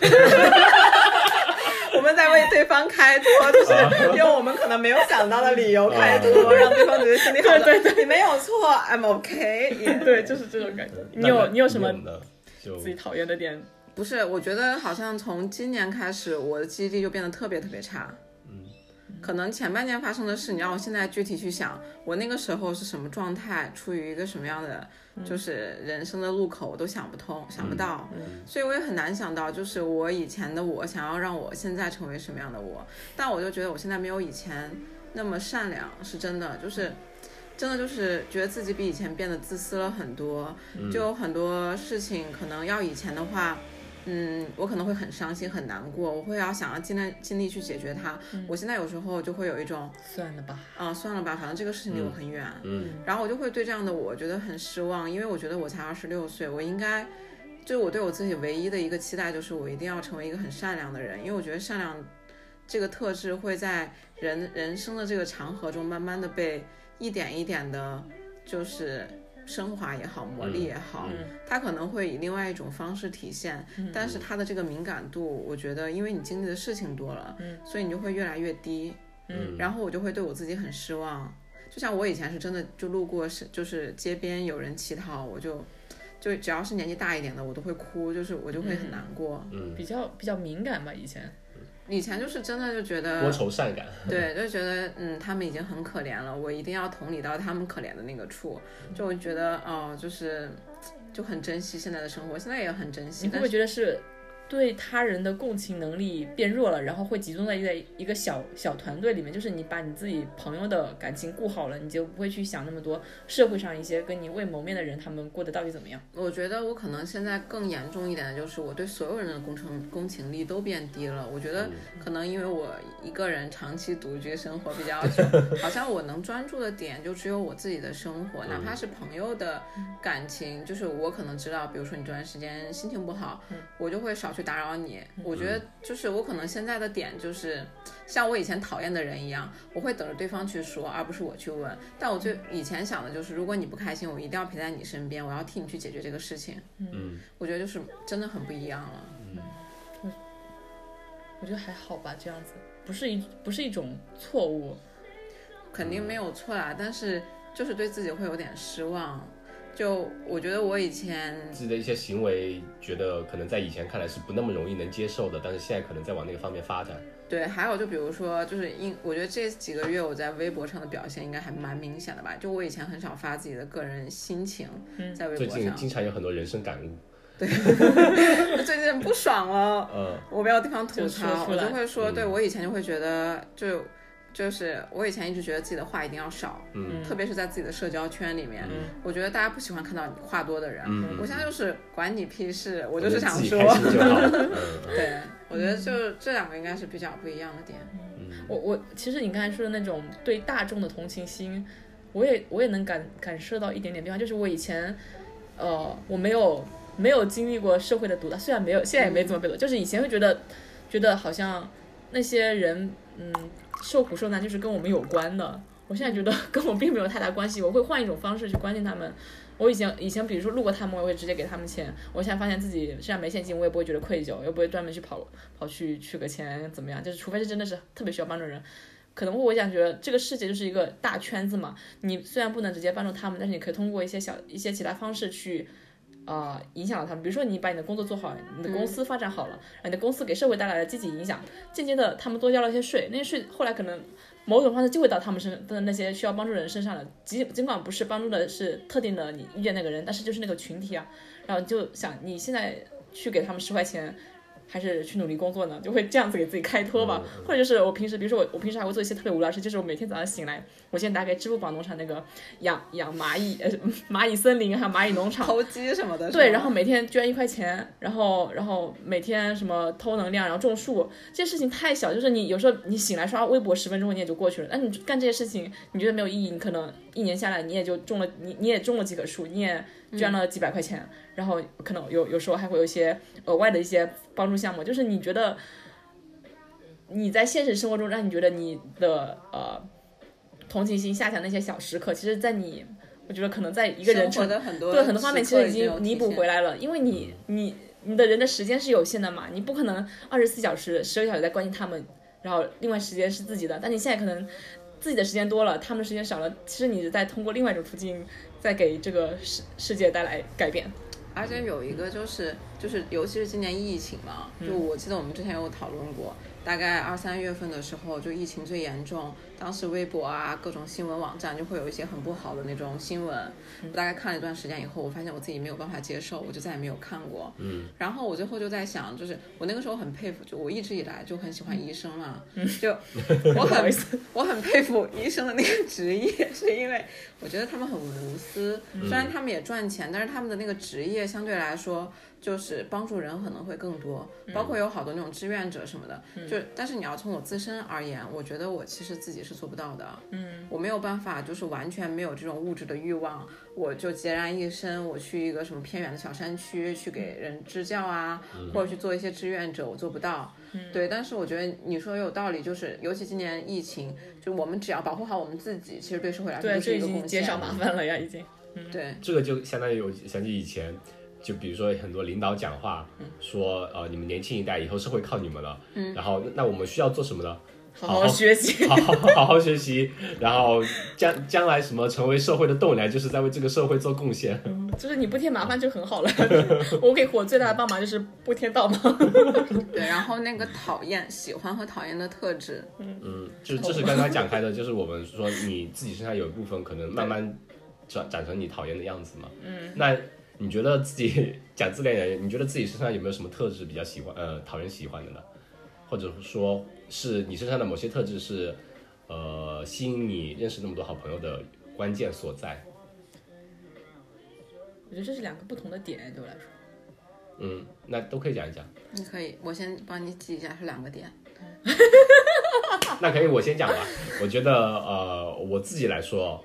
[SPEAKER 3] 我们在为对方开脱，就是 用我们可能没有想到的理由开脱，让对方觉得心里好受。你没有错，I'm OK 也。
[SPEAKER 2] 对，就是这种感觉。你
[SPEAKER 1] 那
[SPEAKER 2] 有你有什么
[SPEAKER 1] 呢？就
[SPEAKER 2] 自己讨厌的点？
[SPEAKER 3] 不是，我觉得好像从今年开始，我的记忆力就变得特别特别差。嗯，可能前半年发生的事，你让我现在具体去想，我那个时候是什么状态，处于一个什么样的，就是人生的路口，我都想不通，想不到。所以我也很难想到，就是我以前的我想要让我现在成为什么样的我，但我就觉得我现在没有以前那么善良，是真的，就是。真的就是觉得自己比以前变得自私了很多，就有很多事情可能要以前的话，嗯，我可能会很伤心很难过，我会要想要尽量尽力去解决它。我现在有时候就会有一种，
[SPEAKER 2] 算了吧，
[SPEAKER 3] 啊、算了吧，反正这个事情离我很远，啊
[SPEAKER 1] 嗯，
[SPEAKER 3] 然后我就会对这样的我觉得很失望，因为我觉得我才二十六岁，我应该，就是我对我自己唯一的一个期待就是我一定要成为一个很善良的人，因为我觉得善良这个特质会在人人生的这个长河中慢慢的被一点一点的，就是升华也好，磨砺也好，它可能会以另外一种方式体现，但是它的这个敏感度，我觉得因为你经历的事情多了，
[SPEAKER 2] 嗯
[SPEAKER 3] 所以你就会越来越低，
[SPEAKER 1] 嗯，
[SPEAKER 3] 然后我就会对我自己很失望。就像我以前是真的就路过是就是街边有人乞讨，我就就只要是年纪大一点的，我都会哭，就是我就会很难过。
[SPEAKER 1] 嗯
[SPEAKER 2] 比较比较敏感吧，以前。
[SPEAKER 3] 以前就是真的就觉
[SPEAKER 1] 多
[SPEAKER 3] 得，
[SPEAKER 1] 愁善感。
[SPEAKER 3] 对，就觉得嗯，他们已经很可怜了，我一定要同理到他们可怜的那个处，
[SPEAKER 2] 嗯
[SPEAKER 3] 就会觉得哦，就是就很珍惜现在的生活，现在也很珍
[SPEAKER 2] 你
[SPEAKER 3] 惜。
[SPEAKER 2] 会不会觉得是对他人的共情能力变弱了，然后会集中在在一个小小团队里面？就是你把你自己朋友的感情顾好了，你就不会去想那么多社会上一些跟你未谋面的人，他们过得到底怎么样？
[SPEAKER 3] 我觉得我可能现在更严重一点的就是我对所有人的共情共情力都变低了。我觉得可能因为我一个人长期独居生活比较久，好像我能专注的点就只有我自己的生活，哪怕是朋友的感情，就是我可能知道，比如说你这段时间心情不好，我就会少去打扰你。我觉得就是我可能现在的点就是像我以前讨厌的人一样，我会等着对方去说，而不是我去问。但我最以前想的就是，如果你不开心，我一定要陪在你身边，我要替你去解决这个事情。
[SPEAKER 1] 嗯，
[SPEAKER 3] 我觉得就是真的很不一样了。
[SPEAKER 2] 我觉得还好吧，这样子不是一不是一种错误。
[SPEAKER 3] 肯定没有错啦，但是就是对自己会有点失望。就我觉得我以前
[SPEAKER 1] 自己的一些行为，觉得可能在以前看来是不那么容易能接受的，但是现在可能在往那个方面发展。
[SPEAKER 3] 对，还有就比如说，就是因我觉得这几个月我在微博上的表现应该还蛮明显的吧。就我以前很少发自己的个人心情在微
[SPEAKER 1] 最
[SPEAKER 3] 博
[SPEAKER 1] 近
[SPEAKER 3] 上，
[SPEAKER 1] 经常有很多人生感悟。
[SPEAKER 3] 最近不爽了，
[SPEAKER 1] 嗯，
[SPEAKER 3] 我没有地方吐
[SPEAKER 2] 就说
[SPEAKER 3] 槽，
[SPEAKER 2] 出
[SPEAKER 3] 我就
[SPEAKER 2] 来
[SPEAKER 3] 会说，对我以前就会觉得，就就是我以前一直觉得自己的话一定要少，
[SPEAKER 1] 嗯，
[SPEAKER 3] 特别是在自己的社交圈里面，我觉得大家不喜欢看到你话多的人。
[SPEAKER 1] 嗯
[SPEAKER 3] 我现在就是管你屁事，我
[SPEAKER 1] 我
[SPEAKER 3] 就是想
[SPEAKER 1] 自己
[SPEAKER 3] 说
[SPEAKER 1] 开，心就 好。嗯，
[SPEAKER 3] 对，我觉得就这两个应该是比较不一样的点。
[SPEAKER 2] 我我其实你刚才说的那种对大众的同情心，我也我也能感感受到一点点变化。就是我以前，呃，我没有没有经历过社会的毒打，虽然没有，现在也没怎么被毒打，就是以前会觉得觉得好像那些人，嗯，受苦受难就是跟我们有关的。我现在觉得 跟我并没有太大关系，我会换一种方式去关心他们。我以前以前比如说路过他们，我会直接给他们钱。我现在发现自己虽然没现金，我也不会觉得愧疚，又不会专门去跑跑去取个钱怎么样？就是除非是真的是特别需要帮助的人，可能会我想觉得这个世界就是一个大圈子嘛，你虽然不能直接帮助他们，但是你可以通过一些小一些其他方式去呃影响了他们。比如说你把你的工作做好，你的公司发展好了，你的公司给社会带来了积极影响，间接的他们多交了一些税，那些税后来可能某种方式就会到他们身的那些需要帮助的人身上了。尽尽管不是帮助的是特定的你遇见那个人，但是就是那个群体啊，然后你就想你现在去给他们十块钱。还是去努力工作呢，就会这样子给自己开脱吧。或者就是我平时，比如说我，我平时还会做一些特别无聊的事，就是我每天早上醒来，我先打给支付宝农场那个养养蚂蚁，呃，蚂蚁森林还有蚂蚁农场，
[SPEAKER 3] 投机什么的。
[SPEAKER 2] 对，然后每天捐一块钱，然后然后每天什么偷能量，然后种树，这些事情太小，就是你有时候你醒来刷微博十分钟你也就过去了，但你干这些事情你觉得没有意义，你可能一年下来你也就种了你你也种了几棵树，你也
[SPEAKER 3] 嗯
[SPEAKER 2] 捐了几百块钱，然后可能有有时候还会有一些额外的一些帮助项目，就是你觉得你在现实生活中让你觉得你的呃同情心下降那些小时刻，其实在你。我觉得可能在一个人
[SPEAKER 3] 生活的很多
[SPEAKER 2] 对很多方面其实已
[SPEAKER 3] 时刻有
[SPEAKER 2] 经
[SPEAKER 3] 体
[SPEAKER 2] 弥补
[SPEAKER 3] 现嗯
[SPEAKER 2] 回来了，因为你你你的人的时间是有限的嘛，你不可能二十四小时、十个小时在关心他们，然后另外时间是自己的，但你现在可能自己的时间多了，他们的时间少了，其实你是在通过另外一种途径在给这个世世界带来改
[SPEAKER 3] 啊
[SPEAKER 2] 变。
[SPEAKER 3] 而且有一个就是就是，尤其是今年疫情嘛，就
[SPEAKER 2] 嗯
[SPEAKER 3] 我记得我们之前有讨论过，大概二三月份的时候，就疫情最严重，当时微博啊各种新闻网站就会有一些很不好的那种新闻。
[SPEAKER 2] 嗯
[SPEAKER 3] 我大概看了一段时间以后，我发现我自己没有办法接受，我就再也没有看过。嗯，然后我最后就在想，就是我那个时候很佩服，就我一直以来就很喜欢医生嘛，就我
[SPEAKER 2] 嗯 不好意
[SPEAKER 3] 很
[SPEAKER 2] 思
[SPEAKER 3] 我很佩服医生的那个职业，是因为我觉得他们很无私，虽然他们也赚钱，但是他们的那个职业相对来说就是帮助人可能会更多，包括有好多那种志愿者什么的。就但是你要从我自身而言，我觉得我其实自己是做不到的，嗯，我没有办法就是完全没有这种物质的欲望，我就孑然一身，我去一个什么偏远的小山区去
[SPEAKER 1] 嗯
[SPEAKER 3] 给人支教啊，或者去做一些志愿者，我做不到。对，但是我觉得你说有道理，就是尤其今年疫情，就我们只要保护好我们自己，其实对社会来说
[SPEAKER 2] 对，啊就
[SPEAKER 3] 就
[SPEAKER 2] 是
[SPEAKER 3] 一
[SPEAKER 2] 已
[SPEAKER 3] 个
[SPEAKER 2] 经
[SPEAKER 3] 贡
[SPEAKER 2] 减
[SPEAKER 3] 献。
[SPEAKER 2] 少麻烦了呀， 已经。
[SPEAKER 3] 对，
[SPEAKER 1] 这个就相当于我想起以前，就比如说很多领导讲话说，呃，你们年轻一代以后社会靠你们了，嗯，然后那那我们需要做什么呢？
[SPEAKER 2] 好
[SPEAKER 1] 好
[SPEAKER 2] 好学习，
[SPEAKER 1] 好好好好学习，然后将将来什么成为社会的栋梁，就是在为这个社会做贡献。
[SPEAKER 2] 就是你不添麻烦就很好了。我给我最大的帮忙就是不添倒忙。
[SPEAKER 3] 对，然后那个讨厌、喜欢和讨厌的特质，
[SPEAKER 1] 嗯，就这是刚刚讲开的，就是我们说你自己身上有一部分可能慢慢长长成你讨厌的样子嘛。嗯，那你觉得自己讲自恋的人，你觉得自己身上有没有什么特质比较喜欢呃讨人喜欢的呢？或者说是你身上的某些特质是呃吸引你认识那么多好朋友的关键所在？
[SPEAKER 2] 我觉得这是两个不同的点，对我来说。
[SPEAKER 1] 嗯，那都可以讲一讲。
[SPEAKER 3] 你可以，我先帮你记一下是两个点。
[SPEAKER 1] 那可以，我先讲吧。我觉得呃，我自己来说，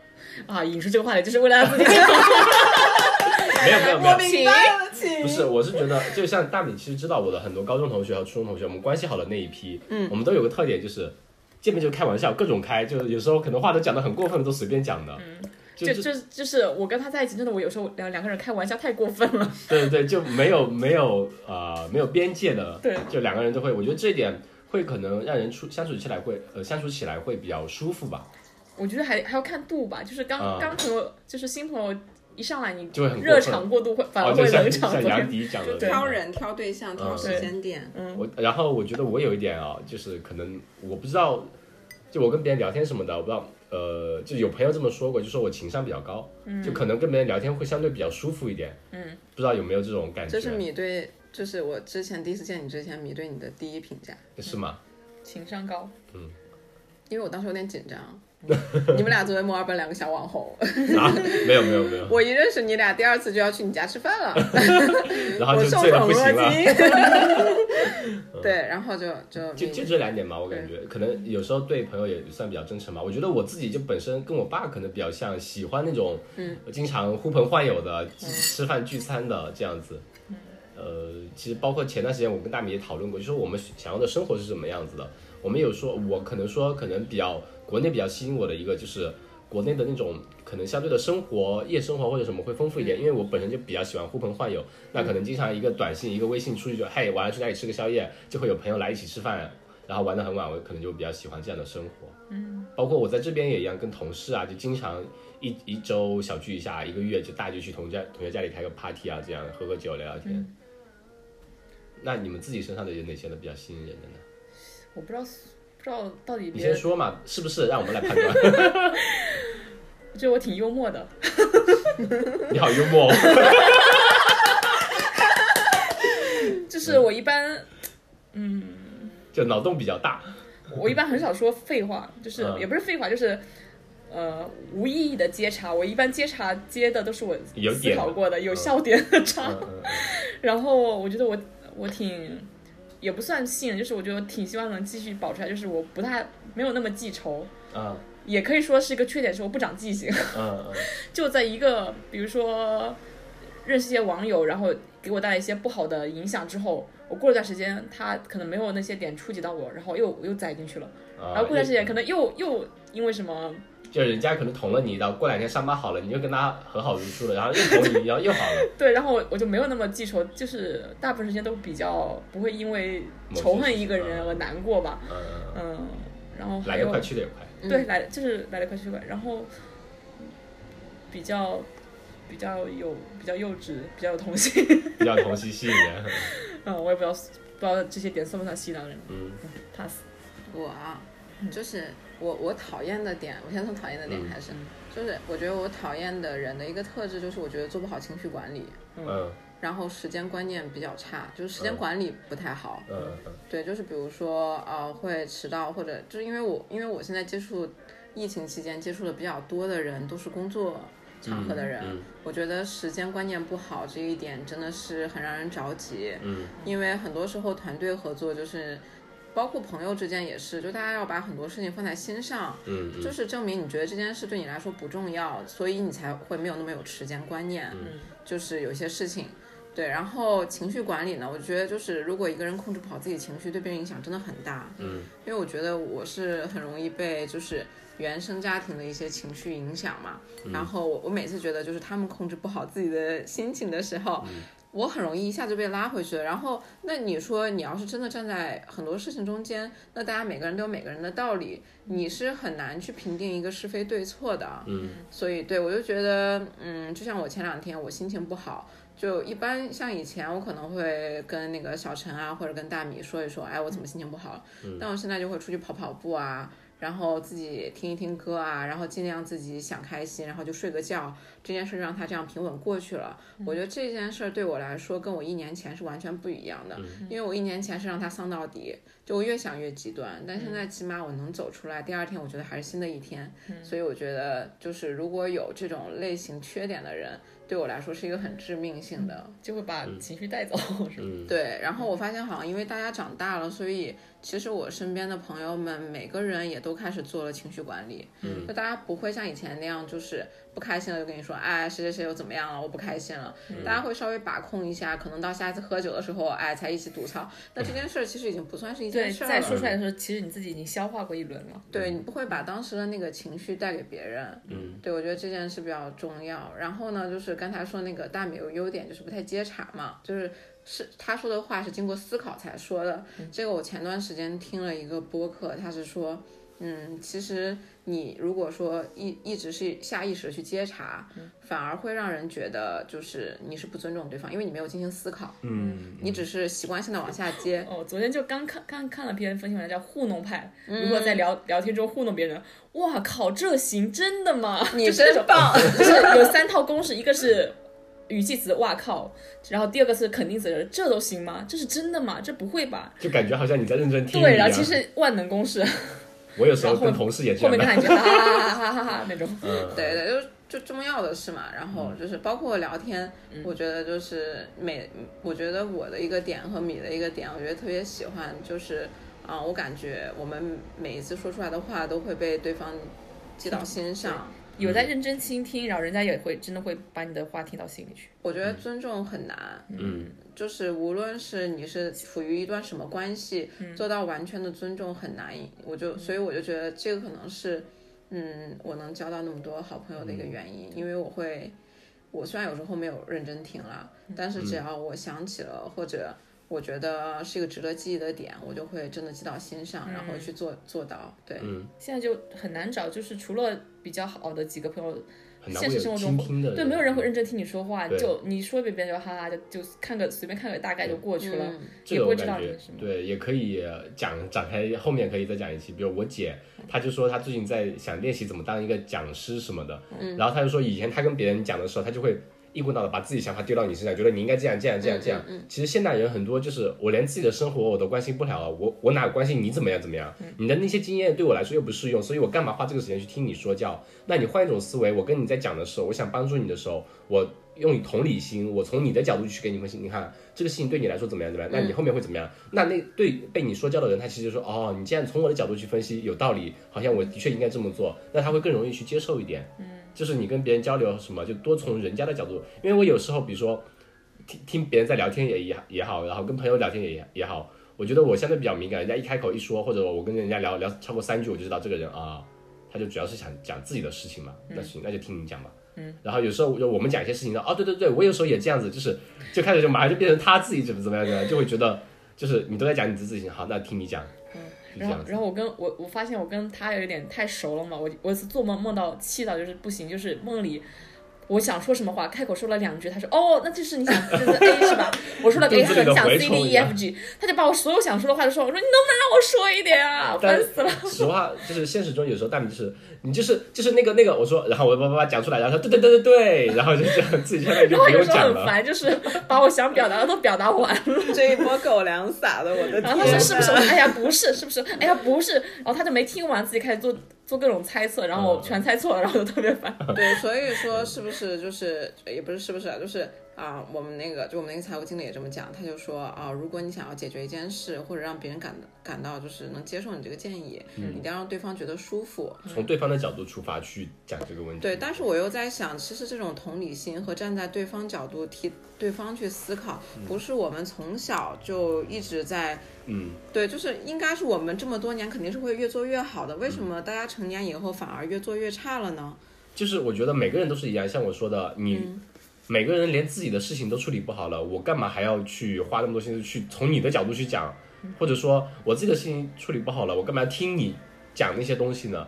[SPEAKER 2] 啊，引出这个话题就是为了让自己
[SPEAKER 1] 没有没有没有，
[SPEAKER 2] 明
[SPEAKER 3] 白了，
[SPEAKER 1] 不是，我是觉得，就像大米其实知道我的很多高中同学和初中同学，我们关系好的那一批，嗯，我们都有个特点就是，见面就开玩笑，各种开，就有时候可能话都讲得很过分的，都随便讲的，就
[SPEAKER 2] 嗯就
[SPEAKER 1] 就
[SPEAKER 2] 就就是我跟他在一起，真的我有时候两两个人开玩笑太过分了。
[SPEAKER 1] 对对对，就没有没有呃没有边界的，
[SPEAKER 2] 对，
[SPEAKER 1] 就两个人都会，我觉得这一点会可能让人处相处起来会呃相处起来会比较舒服吧，
[SPEAKER 2] 我觉得还还要看度吧，就是刚、
[SPEAKER 1] 啊
[SPEAKER 2] 刚朋友，就是新朋友一上来你
[SPEAKER 1] 就会很过分
[SPEAKER 2] 热场过度会反而
[SPEAKER 1] 哦，就
[SPEAKER 2] 会
[SPEAKER 1] 像
[SPEAKER 2] 冷场。
[SPEAKER 1] 像
[SPEAKER 2] 对
[SPEAKER 1] 杨迪讲的
[SPEAKER 2] 对
[SPEAKER 1] 那
[SPEAKER 3] 挑
[SPEAKER 1] 种
[SPEAKER 3] 人、挑对象、挑
[SPEAKER 1] 嗯
[SPEAKER 3] 时
[SPEAKER 2] 对
[SPEAKER 3] 间点，
[SPEAKER 1] 我然后我觉得我有一点啊，就是可能我不知道，就我跟别人聊天什么的，我不知道，呃，就有朋友这么说过，就说我情商比较高，
[SPEAKER 3] 嗯
[SPEAKER 1] 就可能跟别人聊天会相对比较舒服一点，嗯，不知道有没有这种感觉？
[SPEAKER 3] 这是你对，就是我之前第一次见你之前，你对你的第一评价，
[SPEAKER 1] 是吗？
[SPEAKER 2] 情商高，
[SPEAKER 3] 因为我当时有点紧 张。你们俩作为墨尔本两个小网红，
[SPEAKER 1] 啊，没有没有没有，
[SPEAKER 3] 我一认识你俩，第二次就要去你家吃饭了。
[SPEAKER 1] 然后
[SPEAKER 3] 我
[SPEAKER 1] 就
[SPEAKER 3] 受
[SPEAKER 1] 醉的
[SPEAKER 3] 宠
[SPEAKER 1] 不
[SPEAKER 3] 若
[SPEAKER 1] 行了。
[SPEAKER 3] 惊。对，然后就就
[SPEAKER 1] 嗯就就这两点吧，我感觉可能有时候对朋友也算比较真诚吧。我觉得我自己就本身跟我爸可能比较像，喜欢那种经常呼朋唤友的、吃饭聚餐的这样子。呃，其实包括前段时间我跟大米也讨论过，就说我们想要的生活是什么样子的。我们有说，我可能说可能比较国内比较吸引我的一个就是国内的那种可能相对的生活夜生活或者什么会丰富一点，因为我本身就比较喜欢呼朋唤友，那可能经常一个短信一个微信出去就嘿晚上去哪里吃个宵夜，就会有朋友来一起吃饭，然后玩得很晚，我可能就比较喜欢这样的生活。嗯，包括我在这边也一样，跟同事啊就经常一一周小聚一下，一个月就大家就去同家同学家里开个 party 啊，这样喝喝酒聊聊天。那你们自己身上的有哪些呢比较吸引人的呢？
[SPEAKER 2] 我不知道不知道到底
[SPEAKER 1] 你
[SPEAKER 2] 别
[SPEAKER 1] 先
[SPEAKER 2] 人，
[SPEAKER 1] 说嘛，是不是？让我们来判 断。
[SPEAKER 2] 我觉得我挺幽默的，
[SPEAKER 1] 你好幽默、哦。
[SPEAKER 2] 就是
[SPEAKER 1] 嗯
[SPEAKER 2] 我一般
[SPEAKER 1] 就脑洞比较大，
[SPEAKER 2] 我一般很少说废话，就是、
[SPEAKER 1] 嗯
[SPEAKER 2] 也不是废话，就是呃无意义的接茬。我一般接茬接的都是我
[SPEAKER 1] 有
[SPEAKER 2] 思
[SPEAKER 1] 点
[SPEAKER 2] 考过的、有
[SPEAKER 1] 嗯
[SPEAKER 2] 笑点的茬。
[SPEAKER 1] 嗯嗯
[SPEAKER 2] 然后我觉得我我挺也不算信任，就是我觉得我挺希望能继续保持下来，就是我不太没有那么记仇，
[SPEAKER 1] 嗯
[SPEAKER 2] 也可以说是一个缺点，是我不长记性。
[SPEAKER 1] 嗯
[SPEAKER 2] 就在一个比如说认识一些网友，然后给我带来一些不好的影响之后，我过了段时间，他可能没有那些点触及到我，然后又又栽进去了。
[SPEAKER 1] 嗯，
[SPEAKER 2] 然后过段时间可能又又因为什么，
[SPEAKER 1] 就人家可能捅了你一刀，过两天伤疤好了，你就跟他和好如初了，然后又捅你，然后又好了，
[SPEAKER 2] 对，然后我我就没有那么记仇，就是大部分时间都比较不会因为仇恨一个人而难过吧，
[SPEAKER 1] 嗯嗯
[SPEAKER 2] 嗯，然后
[SPEAKER 1] 嗯，
[SPEAKER 2] 还
[SPEAKER 1] 来得
[SPEAKER 2] 有
[SPEAKER 1] 快去得也快，
[SPEAKER 2] 对来就是来得快去得快，然后比较比较有比较幼稚，比较有童心，
[SPEAKER 1] 比较同心吸引人，
[SPEAKER 2] 嗯，我也不知道不知道这些点算不算吸引人
[SPEAKER 1] 嗯
[SPEAKER 2] ，pass，
[SPEAKER 3] 我啊，就是我我讨厌的点，我先从讨厌的点
[SPEAKER 1] 嗯
[SPEAKER 3] 开始，就是我觉得我讨厌的人的一个特质就是我觉得做不好情绪管理，
[SPEAKER 1] 嗯
[SPEAKER 3] 然后时间观念比较差，就是时间
[SPEAKER 1] 嗯
[SPEAKER 3] 管理不太好。
[SPEAKER 1] 嗯嗯
[SPEAKER 3] 对，就是比如说呃会迟到，或者就是因为我因为我现在接触疫情期间接触的比较多的人都是工作场合的人，
[SPEAKER 2] 啊
[SPEAKER 1] 嗯
[SPEAKER 3] 我觉得时间观念不好这一点真的是很让人着急。
[SPEAKER 1] 嗯
[SPEAKER 3] 因为很多时候团队合作就是，包括朋友之间也是，就大家要把很多事情放在心上，
[SPEAKER 1] 嗯嗯
[SPEAKER 3] 就是证明你觉得这件事对你来说不重要，所以你才会没有那么有时间观念，
[SPEAKER 2] 嗯
[SPEAKER 3] 就是有些事情。对，然后情绪管理呢，我觉得就是如果一个人控制不好自己情绪，对别人影响真的很大。
[SPEAKER 1] 嗯，
[SPEAKER 3] 因为我觉得我是很容易被就是原生家庭的一些情绪影响嘛。
[SPEAKER 1] 嗯
[SPEAKER 3] 然后我我每次觉得就是他们控制不好自己的心情的时候，
[SPEAKER 1] 嗯
[SPEAKER 3] 我很容易一下就被拉回去了。然后那你说你要是真的站在很多事情中间，那大家每个人都有每个人的道理，你是很难去评定一个是非对错的。
[SPEAKER 1] 嗯
[SPEAKER 3] 所以对我就觉得，嗯，就像我前两天我心情不好，就一般像以前我可能会跟那个小陈啊，或者跟大米说一说，哎，我怎么心情不好了。但我现在就会出去跑跑步啊，然后自己听一听歌啊，然后尽量自己想开心，然后就睡个觉。这件事让它这样平稳过去了。我觉得这件事儿对我来说跟我一年前是完全不一样的，因为我一年前是让它丧到底，就我越想越极端，但现在起码我能走出来，第二天我觉得还是新的一天，所以我觉得就是如果有这种类型缺点的人，对我来说是一个很致命性的。
[SPEAKER 2] 嗯就会把情绪带走，是吧？
[SPEAKER 1] 嗯，
[SPEAKER 3] 对，然后我发现好像因为大家长大了，所以其实我身边的朋友们每个人也都开始做了情绪管理，
[SPEAKER 1] 嗯，
[SPEAKER 3] 就大家不会像以前那样就是不开心了就跟你说，哎，谁谁谁又怎么样了，我不开心了，
[SPEAKER 1] 嗯
[SPEAKER 3] 大家会稍微把控一下，可能到下一次喝酒的时候，哎，才一起吐槽。那
[SPEAKER 1] 嗯
[SPEAKER 3] 这件事儿其实已经不算是一件
[SPEAKER 2] 对，
[SPEAKER 3] 事儿
[SPEAKER 2] 再
[SPEAKER 3] 了，
[SPEAKER 2] 说出来的时候，其实你自己已经消化过一轮了。
[SPEAKER 3] 对你不会把当时的那个情绪带给别人。
[SPEAKER 1] 嗯，
[SPEAKER 3] 对我觉得这件事比较重要。然后呢，就是刚才说那个大米有优点，就是不太接茬嘛，就是是他说的话是经过思考才说的。
[SPEAKER 2] 嗯
[SPEAKER 3] 这个我前段时间听了一个播客，他是说。嗯，其实你如果说一一直是下意识的去接茬，
[SPEAKER 2] 嗯
[SPEAKER 3] 反而会让人觉得就是你是不尊重对方，因为你没有进行思考，
[SPEAKER 1] 嗯，
[SPEAKER 3] 你只是习惯性的往下接，
[SPEAKER 2] 哦，昨天就刚看刚看了篇分析文章，叫《糊弄派》。如果在聊聊天中糊弄别人，哇靠，这行真的吗？
[SPEAKER 3] 你
[SPEAKER 2] 就是那
[SPEAKER 3] 真
[SPEAKER 2] 种
[SPEAKER 3] 棒，
[SPEAKER 2] 就是有三套公式，一个是语气词“哇靠”，然后第二个是肯定词，这都行吗？这是真的吗？这不会吧？
[SPEAKER 1] 就感觉好像你在认真听一样。啊
[SPEAKER 2] 对，然后其实万能公式，
[SPEAKER 1] 我有时候
[SPEAKER 2] 然后
[SPEAKER 1] 跟同事也这
[SPEAKER 2] 后
[SPEAKER 1] 样
[SPEAKER 2] 面
[SPEAKER 1] 的，
[SPEAKER 2] 看你就哈哈哈哈哈哈那种。
[SPEAKER 1] 嗯，
[SPEAKER 3] 对对，就是就重要的事嘛。然后就是包括聊天，我觉得就是每，我觉得我的一个点和米的一个点，我觉得特别喜欢，就是啊、我感觉我们每一次说出来的话都会被对方记到心上。
[SPEAKER 2] 有在认真倾听，然后人家也会真的会把你的话听到心里去。
[SPEAKER 3] 我觉得尊重很难，
[SPEAKER 1] 嗯
[SPEAKER 3] 就是无论是你是处于一段什么关系，
[SPEAKER 2] 嗯
[SPEAKER 3] 做到完全的尊重很难。我就所以我就觉得这个可能是，嗯，我能交到那么多好朋友的一
[SPEAKER 2] 嗯
[SPEAKER 3] 个原因，因为我会，我虽然有时候没有认真听啦，
[SPEAKER 2] 嗯
[SPEAKER 3] 但是只要我想起了或者。我觉得是一个值得记忆的点，我就会真的记到心上，然后
[SPEAKER 2] 嗯
[SPEAKER 3] 去做做到。对，
[SPEAKER 1] 嗯
[SPEAKER 2] 现在就很难找，就是除了比较好的几个朋友，
[SPEAKER 1] 很难
[SPEAKER 2] 现
[SPEAKER 1] 会
[SPEAKER 2] 实
[SPEAKER 1] 有
[SPEAKER 2] 生活
[SPEAKER 1] 倾
[SPEAKER 2] 中
[SPEAKER 1] 听的
[SPEAKER 2] 对，没有人会认真听你说话，
[SPEAKER 1] 对
[SPEAKER 2] 就你说别别人就哈哈就就看个随便看个大概就过去了，
[SPEAKER 1] 这
[SPEAKER 2] 也不
[SPEAKER 1] 种
[SPEAKER 2] 会知
[SPEAKER 1] 感
[SPEAKER 2] 道
[SPEAKER 1] 觉
[SPEAKER 2] 你什，么。
[SPEAKER 1] 对，也可以讲展开，后面可以再讲一期。比如我姐，她就说她最近在想练习怎么当一个讲师什么的，
[SPEAKER 2] 嗯
[SPEAKER 1] 然后她就说以前她跟别人讲的时候，她就会一股脑的把自己想法丢到你身上，觉得你应该这样这样这样这样。其实现代人很多就是我连自己的生活我都关心不了啊，我我哪关心你怎么样怎么样？你的那些经验对我来说又不适用，所以我干嘛花这个时间去听你说教？那你换一种思维，我跟你在讲的时候，我想帮助你的时候，我用你同理心，我从你的角度去给你分析，你看这个事情对你来说怎么样，怎么样？那你后面会怎么样？那那对被你说教的人，他其实说，哦，你既然从我的角度去分析有道理，好像我的确应该这么做，那他会更容易去接受一点。嗯，就是你跟别人交流什么，就多从人家的角度，因为我有时候比如说听听别人在聊天也也也好，然后跟朋友聊天也也好。我觉得我相对比较敏感，人家一开口一说，或者我跟人家聊聊超过三句，我就知道这个人啊，他就主要是想讲自己的事情嘛，那行，那就听你讲吧。嗯，然后有时候我们讲一些事情呢，哦，对对对，我有时候也这样子，就是就开始就马上就变成他自己怎么怎么样怎么样，就会觉得就是你都在讲你自己事情，好，那听你讲，就这
[SPEAKER 2] 然后
[SPEAKER 1] 样，子。
[SPEAKER 2] 然后我跟我我发现我跟他有点太熟了嘛，我我有一次做梦梦到气到就是不行，就是梦里我想说什么话，开口说了两句，他说哦，那就是你想就是 A 是吧？我说了 A，
[SPEAKER 1] 肚
[SPEAKER 2] 他
[SPEAKER 1] 子里的
[SPEAKER 2] 说你想
[SPEAKER 1] 蛔
[SPEAKER 2] C
[SPEAKER 1] 虫
[SPEAKER 2] D
[SPEAKER 1] 一
[SPEAKER 2] E
[SPEAKER 1] 样
[SPEAKER 2] F G，他就把我所有想说的话都说，我说你能不能让我说一点啊？
[SPEAKER 1] 但
[SPEAKER 2] 烦死了。
[SPEAKER 1] 实话就是现实中有时候大米就是你就是就是那个那个，我说，然后我叭叭叭讲出来，然后他说对对对对对，然后就这样自己相当于 就
[SPEAKER 2] 然后
[SPEAKER 1] 不
[SPEAKER 2] 有
[SPEAKER 1] 用
[SPEAKER 2] 时候
[SPEAKER 1] 讲
[SPEAKER 2] 很
[SPEAKER 1] 了。
[SPEAKER 2] 烦，就是把我想表达的都表达完了，
[SPEAKER 3] 这一波狗粮撒的，我的天
[SPEAKER 2] 然后
[SPEAKER 3] 呐！
[SPEAKER 2] 他说是不是？我说哎呀不是，是不是？哎呀不是，然后他就没听完，自己开始做做各种猜测，然
[SPEAKER 1] 嗯
[SPEAKER 2] 后我全猜错了，然后就特别 烦。
[SPEAKER 3] 对，所以说是不是就是也不是是不是啊，就是啊，我们那个就我们那个财务经理也这么讲，他就说啊，如果你想要解决一件事，或者让别人感感到就是能接受你这个建议，你一定要让对方觉得舒服。
[SPEAKER 1] 从对方的角度出发去讲这个问题。
[SPEAKER 3] 对，但是我又在想，其实这种同理心和站在对方角度替对方去思考，不是我们从小就一直在
[SPEAKER 1] 嗯，
[SPEAKER 3] 对，就是应该是我们这么多年肯定是会越做越好的，为什么大家成年以后反而越做越差了呢？
[SPEAKER 1] 就是我觉得每个人都是一样，像我说的，你、
[SPEAKER 2] 嗯
[SPEAKER 1] 每个人连自己的事情都处理不好了，我干嘛还要去花那么多心思去从你的角度去讲，或者说我自己的事情处理不好了，我干嘛要听你讲那些东西呢？